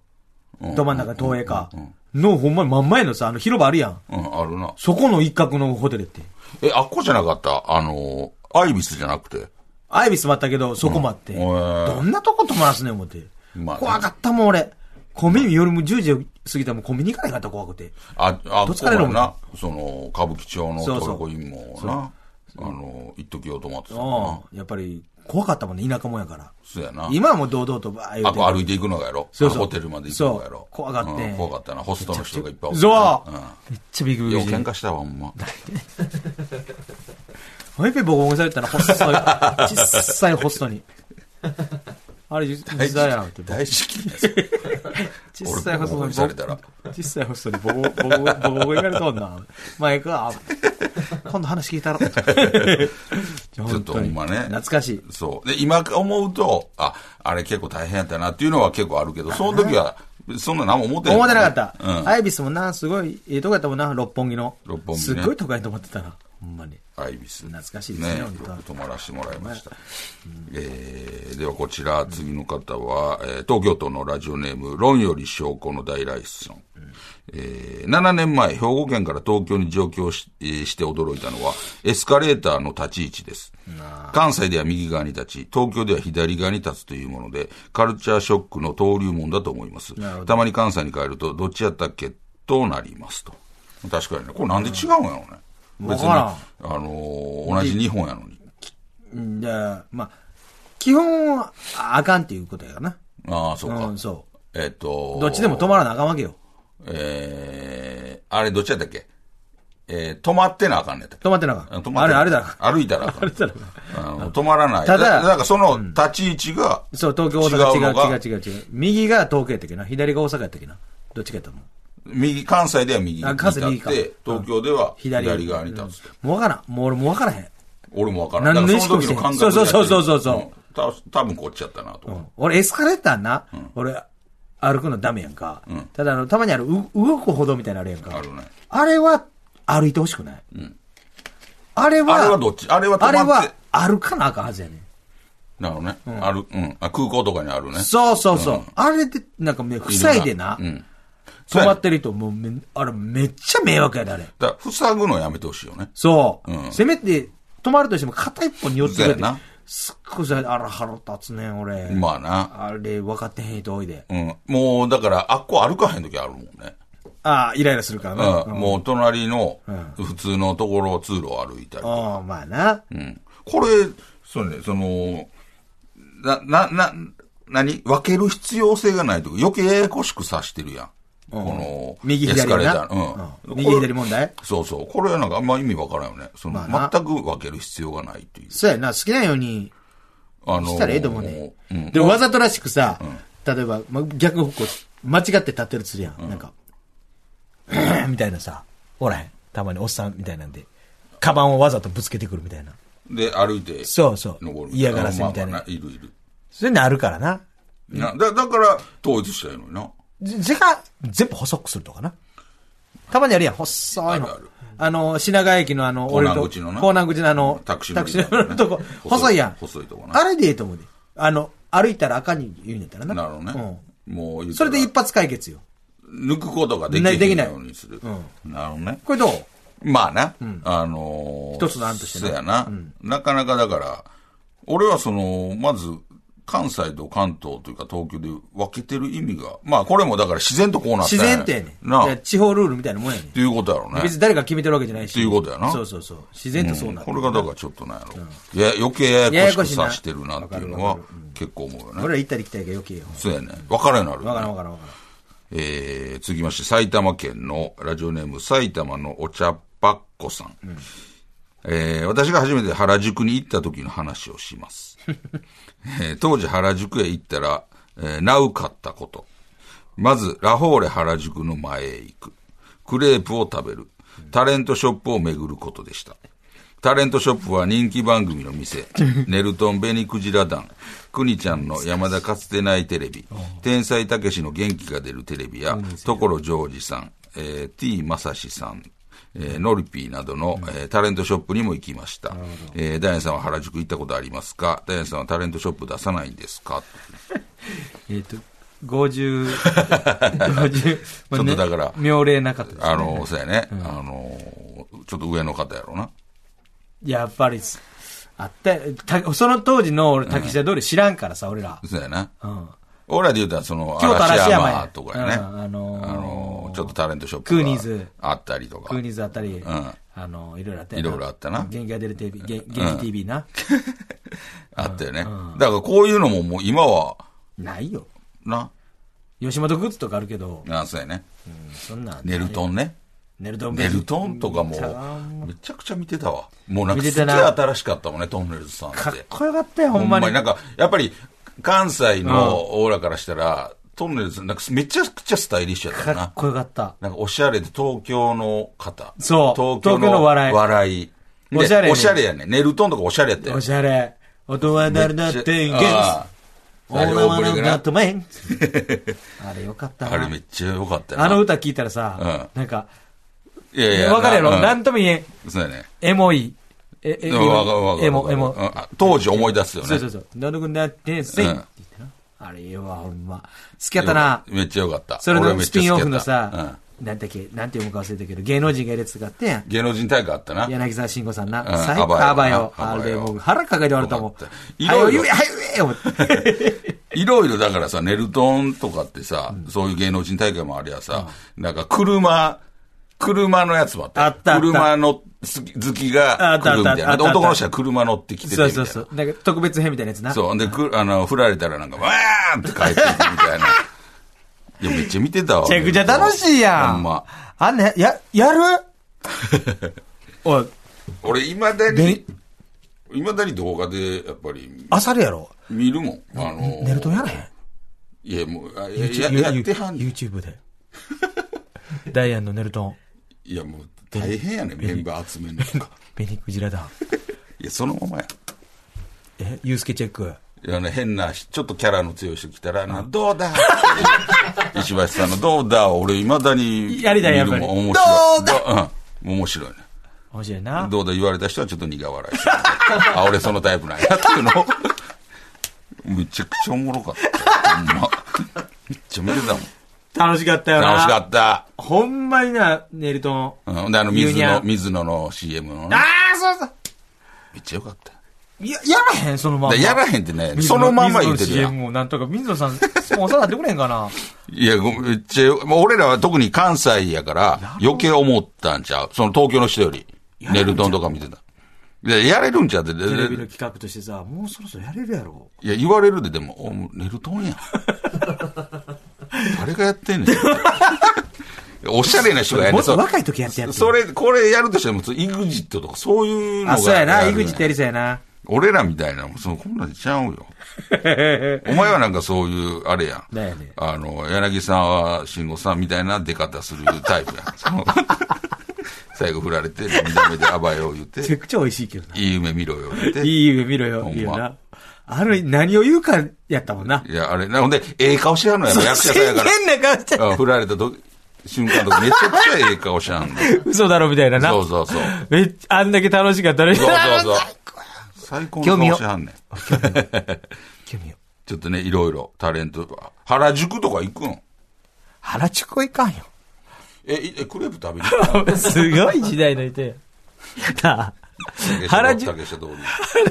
[SPEAKER 3] ど真ん中、東映か。の、ほんまに真ん前のさ、あの、広場あるやん。
[SPEAKER 2] うん、あるな。
[SPEAKER 3] そこの一角のホテルって。
[SPEAKER 2] え、あっこじゃなかったあの、アイビスじゃなくて。
[SPEAKER 3] アイビスもあったけど、そこもあって。
[SPEAKER 2] うんへー
[SPEAKER 3] どんなとこ泊まらすねん、思って。
[SPEAKER 2] まあね
[SPEAKER 3] 怖かったもん、俺。コンビニ夜も10時過ぎたらもうコンビニ行かないかったら怖くて。
[SPEAKER 2] あ、あ、
[SPEAKER 3] どっちから
[SPEAKER 2] そう
[SPEAKER 3] 飲
[SPEAKER 2] や
[SPEAKER 3] む
[SPEAKER 2] な。その、歌舞伎町の
[SPEAKER 3] そうそ
[SPEAKER 2] ト
[SPEAKER 3] う
[SPEAKER 2] ルコインもな、あの、一時を止まってたもんな。
[SPEAKER 3] うん。やっぱり怖かったもんね、田舎もんやから。
[SPEAKER 2] そうやな。
[SPEAKER 3] 今はもう堂々とばあ言
[SPEAKER 2] あ
[SPEAKER 3] うて。
[SPEAKER 2] 歩いていくのがやろ。
[SPEAKER 3] そうそう
[SPEAKER 2] あホテルまで行くのがやろ。
[SPEAKER 3] そう怖がって
[SPEAKER 2] うん怖かったな。ホストの人がいっぱいお
[SPEAKER 3] そ
[SPEAKER 2] な
[SPEAKER 3] うめっちゃビク
[SPEAKER 2] うん。
[SPEAKER 3] ビ
[SPEAKER 2] よ
[SPEAKER 3] ク
[SPEAKER 2] う
[SPEAKER 3] して
[SPEAKER 2] 喧嘩したわ、ほんま。
[SPEAKER 3] ほいぺボコボコにされたら、細い、小さいホストに。あれ、実
[SPEAKER 2] 大
[SPEAKER 3] 際やんって。
[SPEAKER 2] 大好きです。
[SPEAKER 3] 小さいホスト
[SPEAKER 2] 俺ボコボコ
[SPEAKER 3] に
[SPEAKER 2] にされたら。
[SPEAKER 3] 小さいホストにボコボコ、ボコボコいかれとんな。まあ、ええか。今度話聞いたろ。
[SPEAKER 2] ちょっとほんまね。
[SPEAKER 3] 懐かしい。
[SPEAKER 2] そう。で、今思うと、あ、あれ結構大変やったなっていうのは結構あるけど、その時は、そんな何も思って
[SPEAKER 3] 思ってなかった。
[SPEAKER 2] うん。
[SPEAKER 3] アイビスもな、すごい、ええとこやったもんな、六本木の。
[SPEAKER 2] 六本木ね
[SPEAKER 3] すっごい都会と思ってたな。ほんまに。
[SPEAKER 2] アイビス。
[SPEAKER 3] 懐かしいですね
[SPEAKER 2] よ
[SPEAKER 3] 本当は
[SPEAKER 2] く泊まらせてもらいました。えーではこちら、次の方は、えー東京都のラジオネーム、論より証拠の大来さん。えー7年前、兵庫県から東京に上京し,えー、して驚いたのは、エスカレーターの立ち位置です。関西では右側に立ち、東京では左側に立つというもので、カルチャーショックの登竜門だと思います。たまに関西に帰ると、どっちやったっけとなりますと。確かにね。これなんで違うんやろうね。
[SPEAKER 3] うん
[SPEAKER 2] 別に、
[SPEAKER 3] わからん
[SPEAKER 2] あのー同じ日本やのに。
[SPEAKER 3] んで、まあ、基本は、ああかんっていうことやから
[SPEAKER 2] ああ、そう
[SPEAKER 3] な。
[SPEAKER 2] か。
[SPEAKER 3] うん、そう。
[SPEAKER 2] えっと、
[SPEAKER 3] どっちでも止まらなあかんわけよ。
[SPEAKER 2] えー、あれどっちやったっけえー、止まってなあかんねやったっけ
[SPEAKER 3] 止まってなあか
[SPEAKER 2] あ
[SPEAKER 3] ん。
[SPEAKER 2] 止ま
[SPEAKER 3] あ
[SPEAKER 2] って
[SPEAKER 3] れ、
[SPEAKER 2] な
[SPEAKER 3] あれだから。
[SPEAKER 2] 歩いたらあかん。あの止まらない。
[SPEAKER 3] ただ
[SPEAKER 2] だなんかその立ち位置が、
[SPEAKER 3] そう、東京、大
[SPEAKER 2] 違うのが
[SPEAKER 3] 阪、違う、違う、違う、違う。右が東京やったっけな。左が大阪やったっけな。どっちかやったもん。
[SPEAKER 2] 右、関西では右に
[SPEAKER 3] あ
[SPEAKER 2] 立
[SPEAKER 3] 関西
[SPEAKER 2] っ
[SPEAKER 3] 右
[SPEAKER 2] て
[SPEAKER 3] か、
[SPEAKER 2] 東京では
[SPEAKER 3] 左
[SPEAKER 2] 左側に立つ。
[SPEAKER 3] もうわからん。もう俺もうわからへん。
[SPEAKER 2] 俺もわからん。だ
[SPEAKER 3] 何
[SPEAKER 2] か
[SPEAKER 3] 年
[SPEAKER 2] らその時の感覚
[SPEAKER 3] そうそうそうそうそう
[SPEAKER 2] でやってるうんた多分こっちやったなとか。
[SPEAKER 3] 俺エスカレーターな。俺、歩くのダメやんか。ただあの、たまにある、う動く歩道みたいなのあるやんか。
[SPEAKER 2] あるね
[SPEAKER 3] あれは、歩いてほしくない。あれは、
[SPEAKER 2] あれはどっちあれは
[SPEAKER 3] あれ
[SPEAKER 2] 止まって
[SPEAKER 3] は。、歩かなあかんはずやねん。
[SPEAKER 2] なるほどね。ある、うん。あ空港とかにあるね。
[SPEAKER 3] そうそうそう。あれで、なんか目、塞いでな。
[SPEAKER 2] うん。
[SPEAKER 3] 止まってる人、もうめ、あれめっちゃ迷惑やで、あれ。
[SPEAKER 2] だから塞ぐのやめてほしいよね。
[SPEAKER 3] そう。
[SPEAKER 2] うん
[SPEAKER 3] せめて、止まるとしても片一本に寄ってくれ
[SPEAKER 2] そう
[SPEAKER 3] て
[SPEAKER 2] やな。
[SPEAKER 3] すっごいさ、あら、腹立つねん、俺。
[SPEAKER 2] まあな。
[SPEAKER 3] あれ、分かってへん人多いで。
[SPEAKER 2] うん。もう、だから、あっこ歩かへん時あるもんね。
[SPEAKER 3] ああ、イライラするからな。
[SPEAKER 2] うん。もう、隣の
[SPEAKER 3] ん、
[SPEAKER 2] 普通のところを通路を歩いたり。
[SPEAKER 3] ああ、まあな。
[SPEAKER 2] うん。これ、そうね、その、な、な、な、何分ける必要性がないとか、余計ややこしくさしてるやん。この、
[SPEAKER 3] 右
[SPEAKER 2] エスカ
[SPEAKER 3] 左や
[SPEAKER 2] レー
[SPEAKER 3] な。
[SPEAKER 2] ター。う
[SPEAKER 3] う
[SPEAKER 2] んん。
[SPEAKER 3] 右左問題
[SPEAKER 2] そうそう。これはなんかあんま意味わからんよね。その、
[SPEAKER 3] まあな
[SPEAKER 2] 全く分ける必要がないという。
[SPEAKER 3] そうやな、好きなように
[SPEAKER 2] あのー
[SPEAKER 3] したらええと思うね
[SPEAKER 2] うん。。
[SPEAKER 3] でもわざとらしくさ、例えば、ま逆方向、間違って立ってる釣りやん。なんか、みたいなさ、おらへん。たまにおっさんみたいなんで、カバンをわざとぶつけてくるみたいな。
[SPEAKER 2] で、歩いて、
[SPEAKER 3] そうそう
[SPEAKER 2] 登。る。
[SPEAKER 3] 嫌がらせみたい
[SPEAKER 2] まあ
[SPEAKER 3] な
[SPEAKER 2] まあ。いるいる。
[SPEAKER 3] それなるからな。
[SPEAKER 2] なだだから、統一したいのにな。
[SPEAKER 3] じ字が全部細くするとかな。たまにあるやん、細いの。
[SPEAKER 2] あるある
[SPEAKER 3] の、品川駅のあの、俺と、
[SPEAKER 2] 港南口のな
[SPEAKER 3] 港南口のあの、
[SPEAKER 2] タクシー
[SPEAKER 3] タ
[SPEAKER 2] 乗
[SPEAKER 3] ク
[SPEAKER 2] り
[SPEAKER 3] シー乗りのとこ、
[SPEAKER 2] 細い
[SPEAKER 3] 細いやん。
[SPEAKER 2] 細いとこな
[SPEAKER 3] あれでええと思うで。あの、歩いたら赤に言うんやったらな。
[SPEAKER 2] なるほどね。もう言
[SPEAKER 3] う。
[SPEAKER 2] うんた
[SPEAKER 3] そ
[SPEAKER 2] ら
[SPEAKER 3] れで一発解決よ。
[SPEAKER 2] 抜くことができな
[SPEAKER 3] ねでき
[SPEAKER 2] い
[SPEAKER 3] ない
[SPEAKER 2] ようにする。
[SPEAKER 3] う
[SPEAKER 2] なるほどね。
[SPEAKER 3] これどう
[SPEAKER 2] まあな、あのー
[SPEAKER 3] 一つの案としてね
[SPEAKER 2] そうやな、なかなかだから、俺はその、まず、関西と関東というか東京で分けてる意味が、まあこれもだから自然とこうなった
[SPEAKER 3] 自
[SPEAKER 2] んや
[SPEAKER 3] 然ってやねん。
[SPEAKER 2] な
[SPEAKER 3] じゃあ
[SPEAKER 2] あ。っ
[SPEAKER 3] 地方ルールみたいなもんやねん
[SPEAKER 2] ていうことやろうね。
[SPEAKER 3] 別に誰が決めてるわけじゃないし。
[SPEAKER 2] っていうことやな
[SPEAKER 3] そうそうそう。自然ってそ
[SPEAKER 2] う
[SPEAKER 3] うな
[SPEAKER 2] んん
[SPEAKER 3] だ
[SPEAKER 2] これがだからちょっとなんやろ。いや、余計ややこしく
[SPEAKER 3] ややこしいな
[SPEAKER 2] さしてるなっていうのは結構思うよね。
[SPEAKER 3] 俺ら行ったり来たりが余計よ。
[SPEAKER 2] そうやね。分からんようにな
[SPEAKER 3] わ
[SPEAKER 2] るよね、
[SPEAKER 3] からんわからんわからん。
[SPEAKER 2] えー、続きまして、埼玉県のラジオネーム、埼玉のお茶っぱっこさん。えー、私が初めて原宿に行った時の話をします。 えー当時原宿へ行ったら、えー、なうかったこと。まず、ラフォーレ原宿の前へ行く。クレープを食べる。タレントショップを巡ることでした。タレントショップは人気番組の店。ネルトン・ベニクジラ団。クニちゃんの山田かつてないテレビ。天才たけしの元気が出るテレビや、所ジョージさん、えー、T まさしさん、えーノリピーなどの、えータレントショップにも行きました。えーダイアンさんは原宿行ったことありますかダイアンさんはタレントショップ出さないんですか
[SPEAKER 3] えっ、と、50、50、
[SPEAKER 2] ちょっとだから
[SPEAKER 3] 妙齢なかったです、ね。
[SPEAKER 2] あの、そうやね。あの、ちょっと上の方やろうな。
[SPEAKER 3] やっぱりす、あったよたその当時の俺、竹下通り知らんからさ、俺ら。
[SPEAKER 2] そうやな。
[SPEAKER 3] うん。
[SPEAKER 2] 俺らで言うたら、その、
[SPEAKER 3] 京都嵐山や
[SPEAKER 2] とかやね。
[SPEAKER 3] うんあのー
[SPEAKER 2] あのーちょっとタレントショップ。
[SPEAKER 3] クーニーズ。
[SPEAKER 2] あったりとか。
[SPEAKER 3] クーニーズあったり、
[SPEAKER 2] ん
[SPEAKER 3] あの、いろいろあった
[SPEAKER 2] いろいろあったな
[SPEAKER 3] 元気が出る TV、元元気 TV な。
[SPEAKER 2] あったよね。だからこういうのももう今は、
[SPEAKER 3] ないよ。
[SPEAKER 2] な。
[SPEAKER 3] 吉本グッズとかあるけど、
[SPEAKER 2] あ、そうやね。
[SPEAKER 3] そんなん。
[SPEAKER 2] ネルトンね。
[SPEAKER 3] ネルトンベ
[SPEAKER 2] ネ
[SPEAKER 3] ル
[SPEAKER 2] ルトンとかも
[SPEAKER 3] ちゃう、
[SPEAKER 2] めちゃくちゃ見てたわ。もうなんか
[SPEAKER 3] 見
[SPEAKER 2] す
[SPEAKER 3] てた
[SPEAKER 2] げえ
[SPEAKER 3] な
[SPEAKER 2] 新しかったもんね、トンネルズさんっ。
[SPEAKER 3] かってこよかったよ、ほ
[SPEAKER 2] ほ
[SPEAKER 3] ん
[SPEAKER 2] ん
[SPEAKER 3] ま
[SPEAKER 2] ま
[SPEAKER 3] に。
[SPEAKER 2] になんか、やっぱり、関西のオーラからしたら、トンネルズ、なんかめちゃくちゃスタイリッシュやったよ
[SPEAKER 3] かっ
[SPEAKER 2] な。
[SPEAKER 3] こよかった。
[SPEAKER 2] なんかおしゃれで東京の方。
[SPEAKER 3] そう東京の笑い
[SPEAKER 2] 笑い。で
[SPEAKER 3] おしゃれね
[SPEAKER 2] おしゃれやね。ネルトンとかおしゃれやったよ
[SPEAKER 3] お。しゃれ。音は誰だって、ゲンス。
[SPEAKER 2] あ
[SPEAKER 3] オーラはなんだ
[SPEAKER 2] あ
[SPEAKER 3] とめん。あれよかったな。
[SPEAKER 2] あれめっちゃ良かったよな
[SPEAKER 3] あの歌聞いたらさ、なんか、
[SPEAKER 2] いやいや。
[SPEAKER 3] わかるやろ
[SPEAKER 2] う
[SPEAKER 3] なんとも言えん。
[SPEAKER 2] そうやね。
[SPEAKER 3] エモい。え、え、エ
[SPEAKER 2] わかるわか
[SPEAKER 3] モい。
[SPEAKER 2] る
[SPEAKER 3] エモ、エモ
[SPEAKER 2] うん。あ当時思い出すよね。
[SPEAKER 3] そうそうそう。なんとくんだって、せい
[SPEAKER 2] うん
[SPEAKER 3] って言ってな。あれよ、ほんま。好きやったな。
[SPEAKER 2] めっちゃ良かった。
[SPEAKER 3] それ
[SPEAKER 2] 俺
[SPEAKER 3] の
[SPEAKER 2] めっ
[SPEAKER 3] ス
[SPEAKER 2] ちゃ
[SPEAKER 3] ピンオ
[SPEAKER 2] 好きやった
[SPEAKER 3] フの
[SPEAKER 2] うん
[SPEAKER 3] さ、なんだっけ、なんて読むか忘れたけど、芸能人がいるやつがあってん、
[SPEAKER 2] 芸能人大会あったな。
[SPEAKER 3] 柳沢慎吾さんな
[SPEAKER 2] うん。
[SPEAKER 3] 最高、
[SPEAKER 2] 幅
[SPEAKER 3] 幅
[SPEAKER 2] よ
[SPEAKER 3] よ。あれ、
[SPEAKER 2] 幅よ
[SPEAKER 3] 僕腹抱えて笑ったもん
[SPEAKER 2] よかっ。た
[SPEAKER 3] はい、
[SPEAKER 2] いろ
[SPEAKER 3] 言
[SPEAKER 2] いろ
[SPEAKER 3] え、はい、言えよ
[SPEAKER 2] いろいろだからさ、ネルトンとかってさ、そういう芸能人大会もありゃさ、なんか車、車のやつもあったよ。
[SPEAKER 3] あったあった
[SPEAKER 2] 車の好き好き
[SPEAKER 3] あ
[SPEAKER 2] が
[SPEAKER 3] った
[SPEAKER 2] 来るみたいな。
[SPEAKER 3] あった
[SPEAKER 2] で
[SPEAKER 3] あった
[SPEAKER 2] 男の人は車乗ってきててみた
[SPEAKER 3] そ
[SPEAKER 2] いうな。
[SPEAKER 3] そうそう。なんか特別編みたいなやつな。
[SPEAKER 2] そう。で、くあの、振られたらなんか、わーって帰っていくみたいな。 いや、めっちゃ見てたわ。
[SPEAKER 3] めちゃくちゃ楽しいやん。
[SPEAKER 2] ほんま。
[SPEAKER 3] あんな、や、や るおい、
[SPEAKER 2] 俺、いまだ
[SPEAKER 3] で
[SPEAKER 2] に、いまだに動画で、やっぱり、
[SPEAKER 3] あさるやろ。
[SPEAKER 2] 見るもん。あの、
[SPEAKER 3] ネルトンやらへん。
[SPEAKER 2] いや、もう、あいやややってはんねん
[SPEAKER 3] YouTube で。 ダイアンのネルトン、
[SPEAKER 2] いや、もう、大変やね、メンバー集めるのとか。
[SPEAKER 3] ベニックジラダン、
[SPEAKER 2] いや、そのままや。
[SPEAKER 3] え、ユースケチェック。
[SPEAKER 2] いやね、変な、ちょっとキャラの強い人来たら、など うだ石橋さんのどうだを俺、いまだに。
[SPEAKER 3] やりたいやっぱり
[SPEAKER 2] 見るもん面白い。どうだうん。面白いね。
[SPEAKER 3] 面白いな。
[SPEAKER 2] どうだ言われた人はちょっと苦笑い する。あ、俺そのタイプなんやっていうのを。めちゃくちゃおもろかった。ほんま。めっちゃ見てたもん。
[SPEAKER 3] 楽しかったよな。
[SPEAKER 2] 楽しかった。
[SPEAKER 3] ほんまにな、ネルトン。
[SPEAKER 2] うん。ほんで、あの、
[SPEAKER 3] 牛
[SPEAKER 2] 水
[SPEAKER 3] 乳
[SPEAKER 2] 野、水野の CM のね
[SPEAKER 3] あ。あ、そうそう。
[SPEAKER 2] めっちゃよかった。
[SPEAKER 3] や、やらへん、そのまん
[SPEAKER 2] だ
[SPEAKER 3] ま。
[SPEAKER 2] やらへんってね、そのまんま言ってる
[SPEAKER 3] 水野
[SPEAKER 2] や
[SPEAKER 3] の
[SPEAKER 2] ん。
[SPEAKER 3] CM をなんとか、水野さん、スポンサーなってくれへんかな。
[SPEAKER 2] いや、ごめんめっちゃよ、もう俺らは特に関西やから、余計思ったんちゃうその東京の人より。ネルトンとか見てた。いや、やれるんちゃうって。
[SPEAKER 3] テレビ
[SPEAKER 2] で
[SPEAKER 3] の企画としてさ、もうそろそろやれるやろ。
[SPEAKER 2] いや、言われるで、でも、おネルトンやん。 誰がやってんねん。 おしゃれな人がやる
[SPEAKER 3] もっと若い時やってやって。
[SPEAKER 2] それ、これやるとしても、イグジットとかそういうのが。
[SPEAKER 3] あ、そうやな、
[SPEAKER 2] る
[SPEAKER 3] 井
[SPEAKER 2] ん
[SPEAKER 3] 口ってやりそうや な。
[SPEAKER 2] 俺らみたいな、そのこんなんちゃうよ。 お前はなんかそういう、あれやん。
[SPEAKER 3] だよね
[SPEAKER 2] あの、柳さんは慎吾さんみたいな出方するタイプや ん。その 最後振られて、涙目で暴れを言っ
[SPEAKER 3] めちゃ
[SPEAKER 2] て、
[SPEAKER 3] くちゃ美味しいけどな。
[SPEAKER 2] いい夢見ろよ言って。
[SPEAKER 3] い
[SPEAKER 2] い
[SPEAKER 3] い夢見ろよ、
[SPEAKER 2] ほんま
[SPEAKER 3] いいよな。あの、何を言うかやったもんな。
[SPEAKER 2] や、あれ、なほんで、ええ顔しはんのやろ、役者さんや
[SPEAKER 3] 真
[SPEAKER 2] か
[SPEAKER 3] 剣な顔して、
[SPEAKER 2] ら。あ振られたと瞬間とかめちゃくちゃええ顔しはんの。
[SPEAKER 3] 嘘だろみたいなな。
[SPEAKER 2] そうそうそう。
[SPEAKER 3] めっちゃ、あんだけ楽しかったのに。
[SPEAKER 2] そうそうそ う。最高の顔しはんねん。
[SPEAKER 3] 興味よ
[SPEAKER 2] ちょっとね、いろいろ、タレントとか。原宿とか行くん
[SPEAKER 3] 原宿行かんよ。
[SPEAKER 2] え、いえ、クレープ食べに行くの
[SPEAKER 3] すごい時代のいて。 なあ。原宿、
[SPEAKER 2] 竹下通り。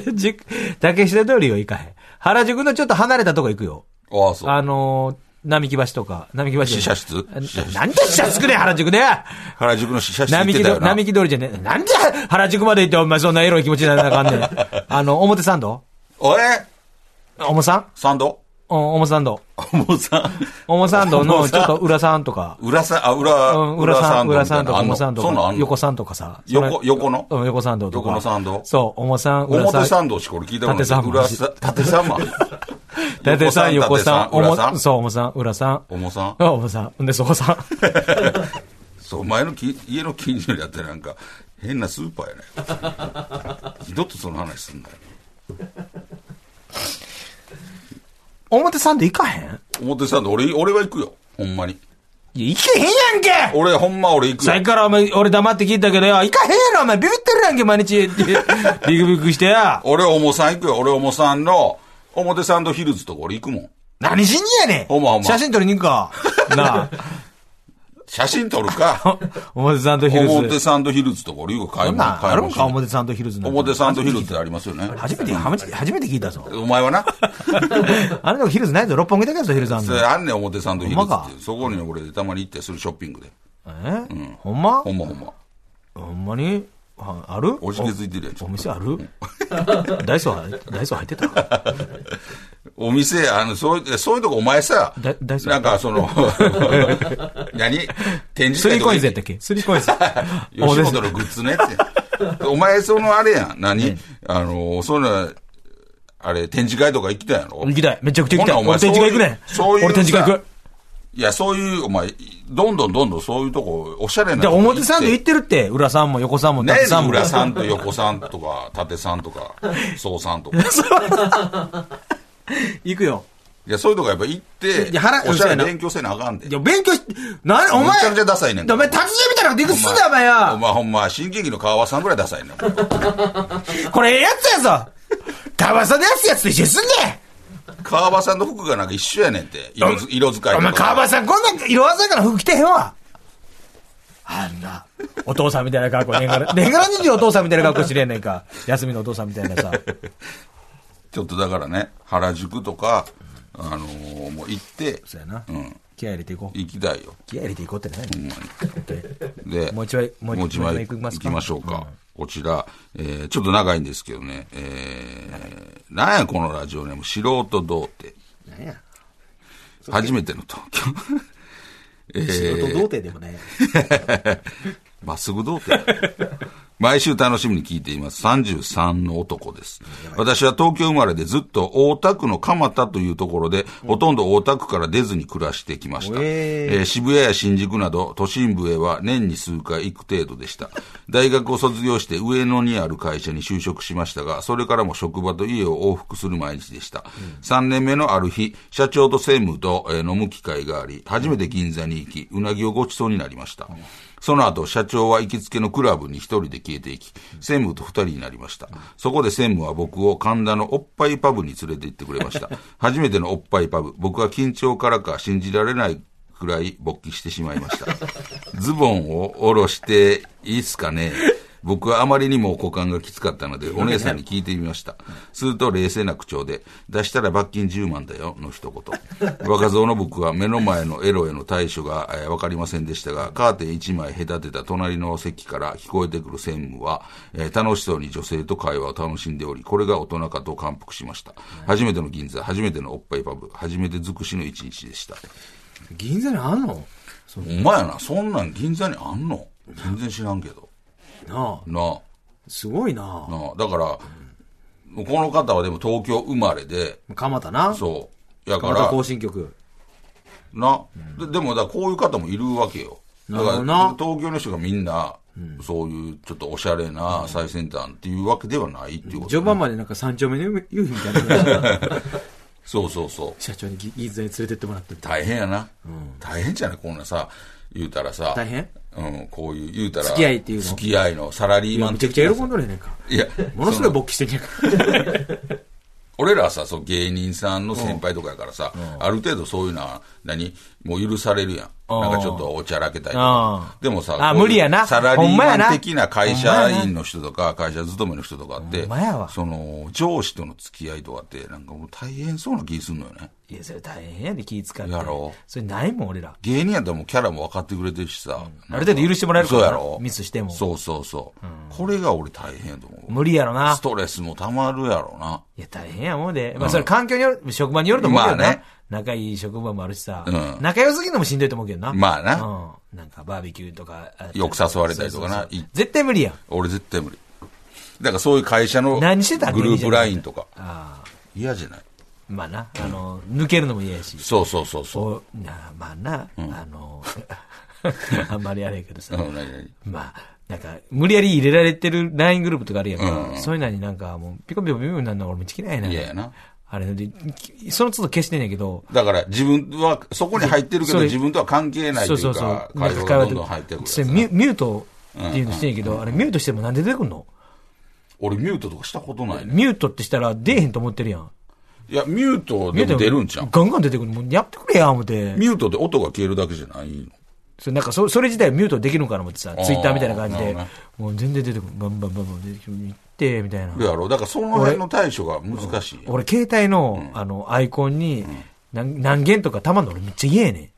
[SPEAKER 3] 原宿、竹下通りは行かへん。原宿のちょっと離れたとこ行くよ。
[SPEAKER 2] ああ、そう。
[SPEAKER 3] あのー、並木橋とか、並木橋。
[SPEAKER 2] 試写室
[SPEAKER 3] あ
[SPEAKER 2] 試写室
[SPEAKER 3] なんで試写室くれ、原宿で
[SPEAKER 2] 原宿の試写室行っ
[SPEAKER 3] 並
[SPEAKER 2] て
[SPEAKER 3] 木
[SPEAKER 2] た
[SPEAKER 3] ど
[SPEAKER 2] よな。
[SPEAKER 3] 並木通りじゃねえ。なんで原宿まで行って、お前そんなエロい気持ちにならなあかんね ん。あの、表参道
[SPEAKER 2] おえ
[SPEAKER 3] 表参
[SPEAKER 2] サンド
[SPEAKER 3] お表参道。
[SPEAKER 2] もうさ、
[SPEAKER 3] 表参道の
[SPEAKER 2] 表
[SPEAKER 3] ち
[SPEAKER 2] 参
[SPEAKER 3] ょっと裏さんとか。
[SPEAKER 2] 裏さん、あ、裏、
[SPEAKER 3] うん、裏さん、裏さんとか、
[SPEAKER 2] み
[SPEAKER 3] 表
[SPEAKER 2] たい
[SPEAKER 3] 参
[SPEAKER 2] なのあんのそ
[SPEAKER 3] 道
[SPEAKER 2] んなんあ
[SPEAKER 3] か
[SPEAKER 2] ん、の
[SPEAKER 3] 横さんとかさ。
[SPEAKER 2] 横、横の
[SPEAKER 3] うん、横参道とか。
[SPEAKER 2] 横の参道
[SPEAKER 3] そう、表参、裏
[SPEAKER 2] 表
[SPEAKER 3] 参。
[SPEAKER 2] 参道しか俺聞いたこと
[SPEAKER 3] 縦
[SPEAKER 2] な
[SPEAKER 3] 三
[SPEAKER 2] い。
[SPEAKER 3] 本
[SPEAKER 2] 裏さ、縦三本。
[SPEAKER 3] 縦さん、横さん、
[SPEAKER 2] 裏さん
[SPEAKER 3] 表、そう、表参、裏さん。
[SPEAKER 2] 重さん
[SPEAKER 3] あ、表参。んで、そこさん。
[SPEAKER 2] そう、前のき家の近所にあってなんか、変なスーパーやね二度とその話すんなよ。
[SPEAKER 3] 表参道行かへん
[SPEAKER 2] 表参道、俺、俺は行くよ。ほんまに。
[SPEAKER 3] いや、行けへんやんけ
[SPEAKER 2] 俺、ほんま俺行くよ
[SPEAKER 3] さっき。からお前、俺黙って聞いたけどよ、行かへんやろ、お前、ビビってるやんけ、毎日。ビクビクして や。
[SPEAKER 2] 俺、重さん行くよ。俺、重さんの、表参道ヒルズとか俺行くもん。
[SPEAKER 3] 何しにやねん
[SPEAKER 2] ほんまほんま
[SPEAKER 3] 写真撮りに行くか。なあ。
[SPEAKER 2] 写真撮るか、
[SPEAKER 3] 表参道ヒルズ。
[SPEAKER 2] 表参道ヒルズとか、俺よく買い
[SPEAKER 3] そんなん
[SPEAKER 2] 物、
[SPEAKER 3] あ
[SPEAKER 2] 買い
[SPEAKER 3] るん
[SPEAKER 2] 物
[SPEAKER 3] か、
[SPEAKER 2] し
[SPEAKER 3] 表参道ヒルズ
[SPEAKER 2] て
[SPEAKER 3] なんて
[SPEAKER 2] 表参道ヒルズってありますよね。
[SPEAKER 3] 初めて、初め て初めて聞いたぞ。
[SPEAKER 2] お前はな、
[SPEAKER 3] あれのヒルズないぞ。六本木だけだぞ、ヒルズあん
[SPEAKER 2] そ
[SPEAKER 3] の
[SPEAKER 2] れ。あんねん、表参道ヒルズ
[SPEAKER 3] ほんまか
[SPEAKER 2] って。そこに俺、たまに行ってするショッピングで。
[SPEAKER 3] えほんま
[SPEAKER 2] ほんまほんま。
[SPEAKER 3] ほんまにはある
[SPEAKER 2] おじけづいてるやんちょっと
[SPEAKER 3] お店あるダイソーは、ダイソー入ってた
[SPEAKER 2] お店、あの、そういう、そういうとこお前さ、
[SPEAKER 3] だ大丈夫
[SPEAKER 2] なんかその、 何展示
[SPEAKER 3] ス
[SPEAKER 2] 会
[SPEAKER 3] リー
[SPEAKER 2] とか
[SPEAKER 3] コ
[SPEAKER 2] 行
[SPEAKER 3] イン
[SPEAKER 2] っ
[SPEAKER 3] ズやったっけスリーコ インズ。お
[SPEAKER 2] 吉
[SPEAKER 3] です
[SPEAKER 2] 本のグッズねって。お前、そのあれやん。何、あの、そういうの、あれ、展示会とか行きたいやろ
[SPEAKER 3] 行きたい。めちゃくちゃ行きたい。
[SPEAKER 2] ほんならお前
[SPEAKER 3] 俺展示会行くね。
[SPEAKER 2] そういう
[SPEAKER 3] 俺展示会行く。
[SPEAKER 2] いや、そういう、お前、どんどんどんどんそういうとこ、おしゃれな
[SPEAKER 3] じゃ
[SPEAKER 2] と
[SPEAKER 3] あ、
[SPEAKER 2] こ
[SPEAKER 3] 表参道
[SPEAKER 2] 行
[SPEAKER 3] 行
[SPEAKER 2] っ。
[SPEAKER 3] っててるって。裏さんも横さんも縦さん
[SPEAKER 2] ね
[SPEAKER 3] も。
[SPEAKER 2] 裏さんと横さんとか、縦さんとか、総さんとか。
[SPEAKER 3] 行くよ。
[SPEAKER 2] いや、そういうとこやっぱ行って
[SPEAKER 3] いや腹、
[SPEAKER 2] おしゃ
[SPEAKER 3] そうや
[SPEAKER 2] れ
[SPEAKER 3] な
[SPEAKER 2] 勉強せなあかんで
[SPEAKER 3] い。や、勉強し、なに、お前。
[SPEAKER 2] めちゃくちゃダサいねん
[SPEAKER 3] お前、達人みたいなこと行くっすんだよ、お前
[SPEAKER 2] お
[SPEAKER 3] や。
[SPEAKER 2] 前ほんま、新喜劇の川端さんぐらいダサいねん。
[SPEAKER 3] これ、ええやつやぞ。川端のやつやつと一緒にすんね
[SPEAKER 2] 川場さんの服がなんか一緒やねんって。色づ色使いとか
[SPEAKER 3] お前、川端さん、こんな色鮮やかな服着てへんわ。あんな、お父さんみたいな格好、年がら、年がら年中お父さんみたいな格好してるやんねんか。休みのお父さんみたいなさ。
[SPEAKER 2] ちょっとだからね、原宿とか、あのーもう行って、
[SPEAKER 3] そうやな。
[SPEAKER 2] うん、
[SPEAKER 3] 気合入れていこう。
[SPEAKER 2] 行きたいよ。
[SPEAKER 3] 気合入れていこうってね。
[SPEAKER 2] で、
[SPEAKER 3] もう一枚もう一枚
[SPEAKER 2] もう一枚
[SPEAKER 3] 行きま
[SPEAKER 2] 行
[SPEAKER 3] すか
[SPEAKER 2] きましょうか。こちら、えー、ちょっと長いんですけどね、えー、なんやこのラジオネーム、素人童貞。
[SPEAKER 3] 何や。
[SPEAKER 2] 初めての東京。 えー
[SPEAKER 3] 仕事童貞でもね。
[SPEAKER 2] まっすぐ童貞だね毎週楽しみに聞いています。33の男です。私は東京生まれでずっと大田区の蒲田というところで、ほとんど大田区から出ずに暮らしてきました。
[SPEAKER 3] おえー
[SPEAKER 2] えー渋谷や新宿など都心部へは年に数回行く程度で した。大学を卒業して上野にある会社に就職しましたが、それからも職場と家を往復する毎日でした。3年目のある日、社長と専務と、えー飲む機会があり、初めて銀座に行き、うなぎをごちそうになりました。その後、社長は行きつけのクラブに一人で消えていき、専務と二人になりました。そこで専務は僕を神田のおっぱいパブに連れて行ってくれま した。初めてのおっぱいパブ。僕は緊張からか信じられないくらい勃起してしまいました。 ズボンを下ろしていいっすかね僕はあまりにも股間がきつかったので、お姉さんに聞いてみました。すると冷静な口調で、出したら罰金10万だよ、の一言。 若造の僕は目の前のエロへの対処が、えーわかりませんでしたが、カーテン1枚隔てた隣の席から聞こえてくる専務は、えー楽しそうに女性と会話を楽しんでおり、これが大人かと感服しました。初めての銀座、初めてのおっぱいパブ、初めて尽くしの一日でした。
[SPEAKER 3] 銀座にあんの
[SPEAKER 2] お前やな、そんなん銀座にあんの全然知らんけど。
[SPEAKER 3] なあ。
[SPEAKER 2] なあ、
[SPEAKER 3] すごいな。
[SPEAKER 2] なあ。だから、この方はでも東京生まれで、
[SPEAKER 3] 蒲田な。
[SPEAKER 2] そう。やか
[SPEAKER 3] 蒲田
[SPEAKER 2] ら、
[SPEAKER 3] 行進局。
[SPEAKER 2] な。ででも、だからこういう方もいるわけよ。だか
[SPEAKER 3] なるほどな
[SPEAKER 2] ら、東京の人がみんな、そういうちょっとおしゃれな最先端っていうわけではないっていうこと。
[SPEAKER 3] 序盤までなんか三丁目の夕日みたいな感 じで。
[SPEAKER 2] そうそうそう。
[SPEAKER 3] 社長にぎ銀座に連れてってもらってて。
[SPEAKER 2] 大変やな。大変じゃないこんなさ、言うたらさ。
[SPEAKER 3] 大変
[SPEAKER 2] うん、こういう、言うたら。
[SPEAKER 3] 付き合いっていうの
[SPEAKER 2] 付き合いのサラリー
[SPEAKER 3] いや
[SPEAKER 2] マン
[SPEAKER 3] めちゃくちゃ喜
[SPEAKER 2] 的
[SPEAKER 3] んどるやねんか。
[SPEAKER 2] なさいや、
[SPEAKER 3] ものすごい勃起してんねんか。
[SPEAKER 2] 俺らはさ、そう芸人さんの先輩とかやからさ、ある程度そういうのは、何もう許されるやん。
[SPEAKER 3] ん
[SPEAKER 2] なんかちょっとおちゃらけたりと
[SPEAKER 3] あ
[SPEAKER 2] か。でもさ、
[SPEAKER 3] あ
[SPEAKER 2] こういう
[SPEAKER 3] 無理やな
[SPEAKER 2] サラリ
[SPEAKER 3] ほ
[SPEAKER 2] ー
[SPEAKER 3] ん
[SPEAKER 2] マ
[SPEAKER 3] まやな
[SPEAKER 2] ン的な会社員の人とか、会社勤めの人とかって
[SPEAKER 3] ほんまやわ、
[SPEAKER 2] その、上司との付き合いとかって、なんかもう大変そうな気すんのよね。
[SPEAKER 3] いや、それ大変やで気使って。
[SPEAKER 2] やろ
[SPEAKER 3] それないもん、俺ら。
[SPEAKER 2] 芸人やったらもうキャラも分かってくれてるしさ。
[SPEAKER 3] ある程度許してもらえるから
[SPEAKER 2] そう
[SPEAKER 3] な
[SPEAKER 2] やろ。
[SPEAKER 3] ミスしても
[SPEAKER 2] そうそうそう。これが俺大変やと思う。
[SPEAKER 3] 無理やろな
[SPEAKER 2] ス。トレスもたまるやろな。
[SPEAKER 3] いや、大変やもんで。まあ、それ環境による、職場によると思うけどな。
[SPEAKER 2] まあね
[SPEAKER 3] 仲いい職場もあるしさ、
[SPEAKER 2] うん
[SPEAKER 3] 仲良すぎるのもしんどいと思うけどな。
[SPEAKER 2] まあな
[SPEAKER 3] うん。なんかバーベキューとか。あ
[SPEAKER 2] よく誘われたりとかな
[SPEAKER 3] そうそうそう
[SPEAKER 2] い
[SPEAKER 3] 絶対無理やん。
[SPEAKER 2] 俺絶対無理。だからそういう会社のグル
[SPEAKER 3] 何してたの
[SPEAKER 2] ープラインとか。
[SPEAKER 3] ああ。
[SPEAKER 2] 嫌じゃない
[SPEAKER 3] まあな、あの、抜けるのも嫌やし。
[SPEAKER 2] そうそうそうそう。
[SPEAKER 3] おなまあな、あの、 あんまりあれやけどさ。
[SPEAKER 2] うん、何々
[SPEAKER 3] まあ、なんか、無理やり入れられてる LINE グループとかあるやんか。そういうのになんか、もう、ピコピコピコピコになるの俺めっちゃ嫌いな。
[SPEAKER 2] 嫌やな。
[SPEAKER 3] あれで、きその都度消してんねんけど、
[SPEAKER 2] だから自分は、そこに入ってるけど
[SPEAKER 3] それ
[SPEAKER 2] 自分とは関係ないとい
[SPEAKER 3] そ
[SPEAKER 2] うう
[SPEAKER 3] そう
[SPEAKER 2] か
[SPEAKER 3] そ、う。
[SPEAKER 2] 会
[SPEAKER 3] な
[SPEAKER 2] 話が
[SPEAKER 3] んか
[SPEAKER 2] どんどん入ってくるやつ
[SPEAKER 3] それ
[SPEAKER 2] な。
[SPEAKER 3] ミュミュートっていうのしてんねんけど、あれミュートしてもなんで出てくんの
[SPEAKER 2] 俺ミュートとかしたことないね。
[SPEAKER 3] ミュートってしたら出えへんと思ってるやん。
[SPEAKER 2] いや、ミュート
[SPEAKER 3] ミ
[SPEAKER 2] で
[SPEAKER 3] ュート
[SPEAKER 2] も出るんちゃう
[SPEAKER 3] ガンガン出てくるの。もうやってくれや、思って。
[SPEAKER 2] ミュートで音が消えるだけじゃないの。
[SPEAKER 3] それなんかそそれ自体ミュートできるのかな思ってさ、
[SPEAKER 2] ー
[SPEAKER 3] ツイッターみたいな感じ
[SPEAKER 2] なる
[SPEAKER 3] で
[SPEAKER 2] ほどね、
[SPEAKER 3] もう全然出てこんバンバンバンバン出てきて、みたいな。
[SPEAKER 2] やろだからその辺の対処が難しい。
[SPEAKER 3] 俺、携帯の、あの、アイコンに、何何件とかたまんの俺めっちゃ嫌やねん。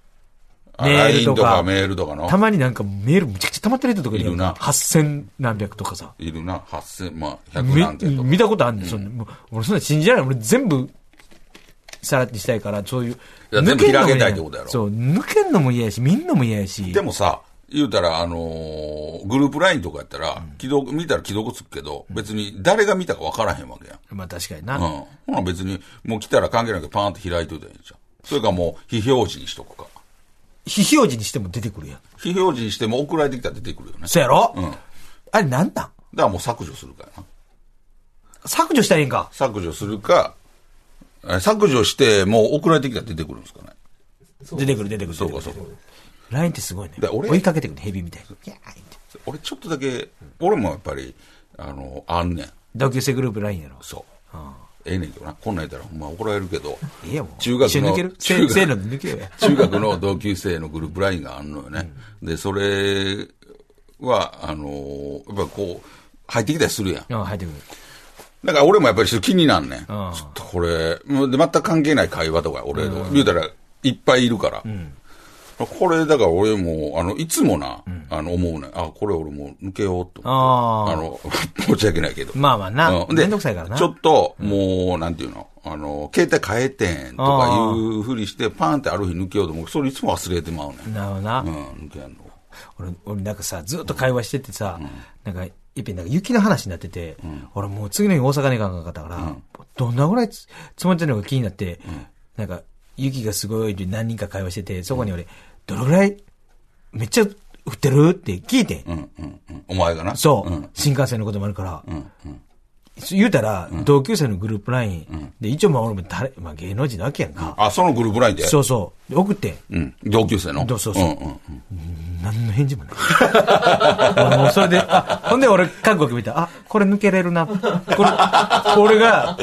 [SPEAKER 2] あ
[SPEAKER 3] メール
[SPEAKER 2] LINE
[SPEAKER 3] と
[SPEAKER 2] と
[SPEAKER 3] か
[SPEAKER 2] かメールとかの
[SPEAKER 3] た。まになんかメールむちゃくちゃ溜まってる人とかいるやん
[SPEAKER 2] いるな
[SPEAKER 3] か。8000何百とかさ。
[SPEAKER 2] いるな、8000、まあ、100
[SPEAKER 3] め
[SPEAKER 2] 何件とか。
[SPEAKER 3] 見たことあんねん、そんなもう俺そんな信じられない。俺全部、さらってしたいから、そういう。
[SPEAKER 2] や
[SPEAKER 3] 抜けんの
[SPEAKER 2] 全
[SPEAKER 3] も嫌
[SPEAKER 2] 部開けたいってことやろ
[SPEAKER 3] そう、抜けんのも嫌やし、見んのも嫌やし。
[SPEAKER 2] でもさ、言うたら、あのーグループ LINE とかやったら、既読、見たら既読つくけど、別に誰が見たか分からへんわけやん。
[SPEAKER 3] まあ確かに
[SPEAKER 2] う
[SPEAKER 3] な。
[SPEAKER 2] ん。ほな別に、もう来たら関係ないけど、パーンって開いといたらいいじゃん。それかもう、非表示にしとくか。
[SPEAKER 3] 非表示にしても出てくるやん。
[SPEAKER 2] 非表示にしても送られてきたら出てくるよね。だか
[SPEAKER 3] そうやろ
[SPEAKER 2] ん
[SPEAKER 3] あれなんなん
[SPEAKER 2] らもう削除するからな。
[SPEAKER 3] 削除したらいいんか。
[SPEAKER 2] 削除するか、え削除して、もう送られてきたら出てくるんですかね。
[SPEAKER 3] 出てくる出てくる。
[SPEAKER 2] そうかそうか。
[SPEAKER 3] LINE ってすごいね。
[SPEAKER 2] だ俺
[SPEAKER 3] 追いかけてくる、ヘビみたいに。
[SPEAKER 2] 俺ちょっとだけ、俺もやっぱり、あの、あんねん。
[SPEAKER 3] 同級生グループ LINE やろ。
[SPEAKER 2] そう。ええねんけどな。こんなん言ったらほんま怒られるけど。
[SPEAKER 3] ええやもう。
[SPEAKER 2] 中学の
[SPEAKER 3] 一緒に抜けるせ
[SPEAKER 2] 中学
[SPEAKER 3] せーので抜けようや。
[SPEAKER 2] 中学の同級生のグループラインがあんのよね。で、それは、あのーやっぱりこう、入ってきたりするやん。
[SPEAKER 3] うん、入ってくる。
[SPEAKER 2] だから俺もやっぱりちょっと気になんねん。ちょ
[SPEAKER 3] あ
[SPEAKER 2] っとこれ、もうで全く関係ない会話とか、俺とか、言うたらいっぱいいるから。これ、だから俺も、あの、いつもな、あの、思うねん。あ、これ俺もう抜けようと思って。
[SPEAKER 3] あー
[SPEAKER 2] あの、 申し訳ないけど。
[SPEAKER 3] まあまあな。
[SPEAKER 2] うんで
[SPEAKER 3] めんどくさいからな。
[SPEAKER 2] ちょっと、もう、なんていうの、あの、携帯変えてんとかいうふうにして、パーンってある日抜けようと思う。それいつも忘れてまうねん。
[SPEAKER 3] なるほどな。
[SPEAKER 2] うん、抜けやんの。
[SPEAKER 3] 俺、俺なんかさ、ずっと会話しててさ、なんか、いっぺんなんか雪の話になってて、俺もう次の日大阪に行かなかったから、どんなぐらいつ積もってるのか気になって、なんか、雪がすごいって何人か会話してて、そこに俺、どれぐらい、めっちゃ降ってるって聞いてん。
[SPEAKER 2] うん、うん、うん。お前がな。
[SPEAKER 3] そう、
[SPEAKER 2] うん、
[SPEAKER 3] 新幹線のこともあるから、
[SPEAKER 2] うん、うん。
[SPEAKER 3] 言うたら、同級生のグループラインで、一応まあ俺も誰、まあ芸能人なわけやんか。
[SPEAKER 2] あ、そのグループラインで
[SPEAKER 3] そうそう。で送ってん。
[SPEAKER 2] うん。同級生の。
[SPEAKER 3] そうそうそうん
[SPEAKER 2] うんうん。
[SPEAKER 3] 何の返事もない。俺もうそれで、あ、ほんで俺、覚悟決めた。あ、これ抜けれるな。これ、俺が、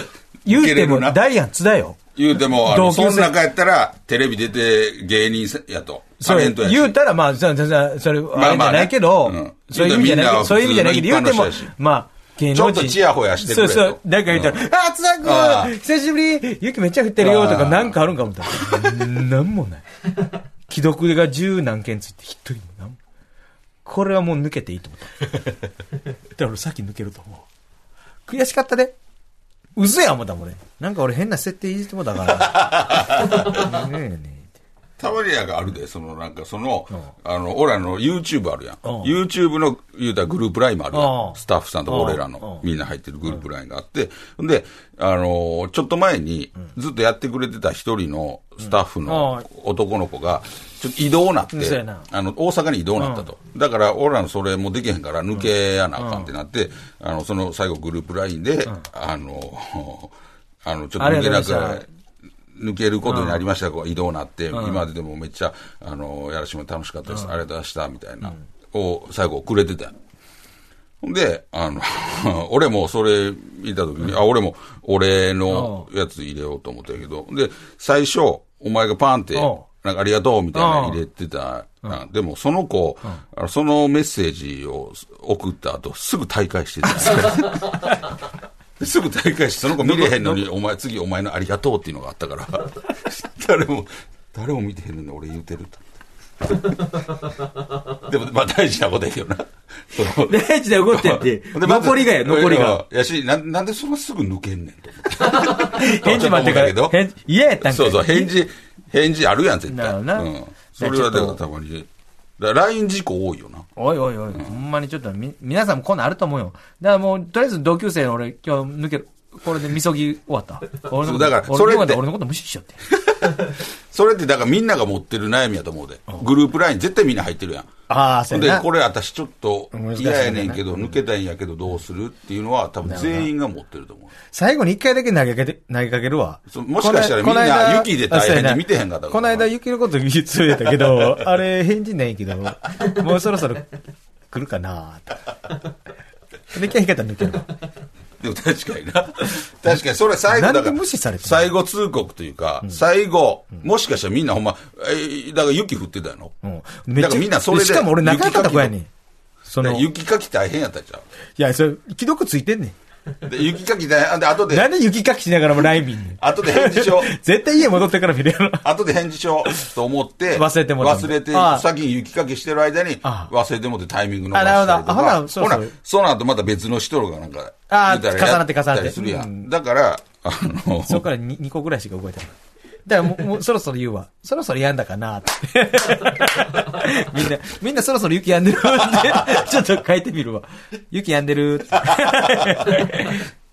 [SPEAKER 3] 言う
[SPEAKER 2] 抜け
[SPEAKER 3] て
[SPEAKER 2] れ
[SPEAKER 3] も
[SPEAKER 2] るな
[SPEAKER 3] ダイアン津だよ。
[SPEAKER 2] 言うても、あの、
[SPEAKER 3] 同級
[SPEAKER 2] そ
[SPEAKER 3] 生
[SPEAKER 2] の中やったら、テレビ出て芸人せやと。タ
[SPEAKER 3] そ
[SPEAKER 2] レ
[SPEAKER 3] う
[SPEAKER 2] ントやし
[SPEAKER 3] 言うたら、まあ、そそそそれ、
[SPEAKER 2] あ
[SPEAKER 3] あれじゃないけ
[SPEAKER 2] ま
[SPEAKER 3] ど、
[SPEAKER 2] あねうん
[SPEAKER 3] そういう意味じゃないけ
[SPEAKER 2] 言
[SPEAKER 3] ど、
[SPEAKER 2] うたら
[SPEAKER 3] そういう意味じゃないけど、言うても
[SPEAKER 2] みんなは普通の一般の人やし、
[SPEAKER 3] まあ、芸能
[SPEAKER 2] ち
[SPEAKER 3] 人。
[SPEAKER 2] ょっとチヤホヤしてくれと
[SPEAKER 3] そうそう。なんか言ったら、
[SPEAKER 2] う
[SPEAKER 3] あ、津田
[SPEAKER 2] あ
[SPEAKER 3] 君
[SPEAKER 2] ー
[SPEAKER 3] 久しぶり雪めっちゃ降ってるよと
[SPEAKER 2] あ
[SPEAKER 3] か、
[SPEAKER 2] ー
[SPEAKER 3] なんかあるんか思ったら、なんもない。既読が十何件ついて、一人もなんもこれはもう抜けていいと思った。だから俺さっき抜けると思う。悔しかったね。うずや思ったもんね。なんか俺変な設定いじってもうた から。ねえねえ
[SPEAKER 2] たまにやがあるで、そのなんかその、あの、俺らの YouTube あるやん。
[SPEAKER 3] うん
[SPEAKER 2] YouTube の言うたらグループラインもあるや
[SPEAKER 3] うん
[SPEAKER 2] ん。スタッフさんとか
[SPEAKER 3] うん
[SPEAKER 2] 俺らのみんな入ってるグループラインがあって。で、あのーちょっと前にずっとやってくれてた一人のスタッフ
[SPEAKER 3] うんあ
[SPEAKER 2] の男の子が、ちょっと移動なって
[SPEAKER 3] そうやな、
[SPEAKER 2] あの、大阪に移動なったと。だから俺らのそれもうできへんから抜けやなあかんってなって、あの、その最後グループラインで、あの、 あの、ちょっと抜けなく
[SPEAKER 3] あれやな
[SPEAKER 2] 抜けることになりました、こう移動なって、今まででもめっちゃ、あの、やらしてもらって楽しかったです、ありがとうございました、みたいな、を最後くれてたよほんで、あの、 俺もそれ見たときに、あ、俺も俺のやつ入れようと思ったけど、で、最初、お前がパンって
[SPEAKER 3] うん、
[SPEAKER 2] なんかありがとうみたいな
[SPEAKER 3] うん
[SPEAKER 2] の入れてた。なでもその子、あのそのメッセージを送った後、すぐ退会してた。すぐ大会して、その子見れへんのに、お前、次お前のありがとうっていうのがあったから、誰も、誰も見てへんのに俺言うてる と。でも、まあ大事なことやけどな。その
[SPEAKER 3] 大事なことやって、
[SPEAKER 2] でまず
[SPEAKER 3] 残りがや、残りが。。
[SPEAKER 2] やし、なんなんでそんなすぐ抜けんねんと思って。
[SPEAKER 3] 返事待ってから
[SPEAKER 2] ちょっと思うんだけど
[SPEAKER 3] 返事、嫌やったんかい
[SPEAKER 2] そうそう、返事、返事あるやん、絶
[SPEAKER 3] な
[SPEAKER 2] 対。
[SPEAKER 3] るほどな
[SPEAKER 2] うん。それはだからたまに。だから LINE 事故多いよな。
[SPEAKER 3] おいおいおい、ほんまにちょっとみ、皆さんもこんなんあると思うよ。だからもう、とりあえず同級生の俺、今日抜ける。これでみそぎ終 わった。
[SPEAKER 2] そ
[SPEAKER 3] 俺のこと
[SPEAKER 2] うだから
[SPEAKER 3] 俺
[SPEAKER 2] それって
[SPEAKER 3] のこと俺のこと無視しちゃって。
[SPEAKER 2] それってだからみんなが持ってる悩みやと思うで。グループ LINE 絶対みんな入ってるやん。
[SPEAKER 3] ああ、
[SPEAKER 2] ほんで、これ私ちょっと
[SPEAKER 3] 難しいね
[SPEAKER 2] 嫌やねんけど、抜けたいんやけどどうするっていうのは多分全員が持ってると思う。
[SPEAKER 3] 最後に一回だけ投げかけて、投げかけるわ
[SPEAKER 2] そうもしかしたらみんな
[SPEAKER 3] この間
[SPEAKER 2] 雪で大変で見てへんかったから
[SPEAKER 3] あそうやなこの間雪のこと言ってやったけど、 あれ返事ないけど、もうそろそろ来るかなと。で、キャヒカタ抜けるわ。
[SPEAKER 2] でも確かにな。 確かに、それ最後
[SPEAKER 3] なんで
[SPEAKER 2] だから、
[SPEAKER 3] 無視されてんの
[SPEAKER 2] 最後通告というか、最後、もしかしたらみんなほんま、えーだから雪降ってたやろ
[SPEAKER 3] うん。めっち
[SPEAKER 2] だから
[SPEAKER 3] ゃ、
[SPEAKER 2] みんなそれで
[SPEAKER 3] しかも俺仲良かった子やねん。その、い
[SPEAKER 2] 雪かき大変やったじゃ
[SPEAKER 3] や、それ、既読ついてんね
[SPEAKER 2] ん。で、雪かき大変、で、後
[SPEAKER 3] ん。
[SPEAKER 2] で
[SPEAKER 3] な、んで雪かきしながらもライミンね
[SPEAKER 2] 後で返事しよう。
[SPEAKER 3] 絶対家戻ってから見るやろ。
[SPEAKER 2] 後で返事しよう と思って、
[SPEAKER 3] 忘れてもらった
[SPEAKER 2] 忘れて
[SPEAKER 3] ああ
[SPEAKER 2] 先に雪かきしてる間に、
[SPEAKER 3] ああ
[SPEAKER 2] 忘れてもってタイミングの
[SPEAKER 3] あなるほどあほなそうそう
[SPEAKER 2] その後また別の人がなんか、
[SPEAKER 3] ああ
[SPEAKER 2] 言うたら
[SPEAKER 3] 重なって
[SPEAKER 2] や
[SPEAKER 3] 重なって
[SPEAKER 2] たりするや。
[SPEAKER 3] うんん
[SPEAKER 2] だから、あの、
[SPEAKER 3] そこから 2, 個ぐらいしか動いてない。だからもう、もうそろそろ言うわ。そろそろやんだ かなって。みんな、みんなそろそろ雪やんでるって。 ちょっと書いてみるわ。雪やんでる って。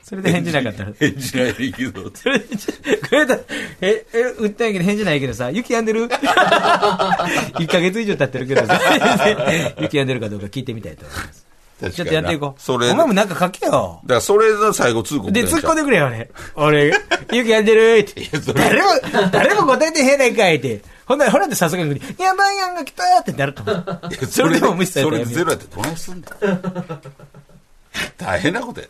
[SPEAKER 3] それで返事なかったら。
[SPEAKER 2] 返事ないけど、
[SPEAKER 3] それでちょこれだ、 え、え、売ったんやけど返事ないけどさ、雪やんでる ?1 ヶ月以上経ってるけどさ、 雪やんでるかどうか聞いてみたいと思います。ちょっとやっていこう。
[SPEAKER 2] それ、
[SPEAKER 3] お
[SPEAKER 2] だ
[SPEAKER 3] 前
[SPEAKER 2] か
[SPEAKER 3] もなんか書けよ。
[SPEAKER 2] らそれが最後通告
[SPEAKER 3] で、突っ込ん
[SPEAKER 2] で。
[SPEAKER 3] でくれよ、俺。俺、ゆきやってるって。誰も、誰も答えてへんねんかいって。ほんなら、ほらってさすがに、やばいやんが来たってなると思う。
[SPEAKER 2] いや
[SPEAKER 3] それでも無視され
[SPEAKER 2] そ
[SPEAKER 3] たら
[SPEAKER 2] れで
[SPEAKER 3] やめ
[SPEAKER 2] ゼ
[SPEAKER 3] よう
[SPEAKER 2] ロやってどないす んだ大変なことや。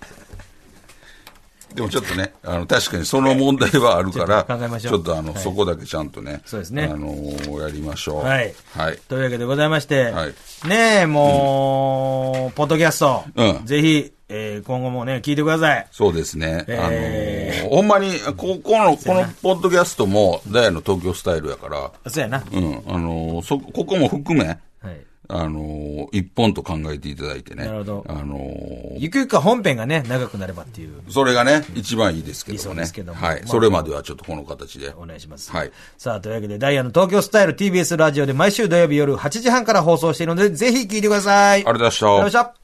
[SPEAKER 2] でもちょっとね、あの、確かにその問題はあるから、
[SPEAKER 3] ちょっと考えましょう
[SPEAKER 2] ちょっとあの、
[SPEAKER 3] はい
[SPEAKER 2] そこだけちゃんとね、
[SPEAKER 3] そうですね
[SPEAKER 2] あのーやりましょう。
[SPEAKER 3] はい
[SPEAKER 2] はい。
[SPEAKER 3] というわけでございまして、
[SPEAKER 2] はい
[SPEAKER 3] ねえ、もう、ポッドキャスト、
[SPEAKER 2] うん
[SPEAKER 3] ぜひ、えー今後もね、聞いてください。
[SPEAKER 2] そうですね。あ
[SPEAKER 3] え
[SPEAKER 2] のーほんまに、ここの、このポッドキャストも、ダイヤの東京スタイルやから、
[SPEAKER 3] そうやな。は
[SPEAKER 2] うん、あのーそ、ここも含め、
[SPEAKER 3] い。
[SPEAKER 2] あのー一本と考えていただいてね。
[SPEAKER 3] なるほど
[SPEAKER 2] あのー
[SPEAKER 3] ゆくゆくは本編がね、長くなればっていう、
[SPEAKER 2] それがね、一番いいですけ
[SPEAKER 3] いい
[SPEAKER 2] ど
[SPEAKER 3] そう
[SPEAKER 2] も
[SPEAKER 3] で
[SPEAKER 2] ね
[SPEAKER 3] すけど。も
[SPEAKER 2] はい
[SPEAKER 3] ま。あ
[SPEAKER 2] それまではちょっとこの形で。
[SPEAKER 3] お願いします。
[SPEAKER 2] はい。
[SPEAKER 3] さあ、というわけで、ダイヤの東京スタイル TBS ラジオで毎週土曜日夜8時半から放送しているので、ぜひ聞いてくだ
[SPEAKER 2] あ
[SPEAKER 3] さい。
[SPEAKER 2] りがとうございました
[SPEAKER 3] ありがとうございました。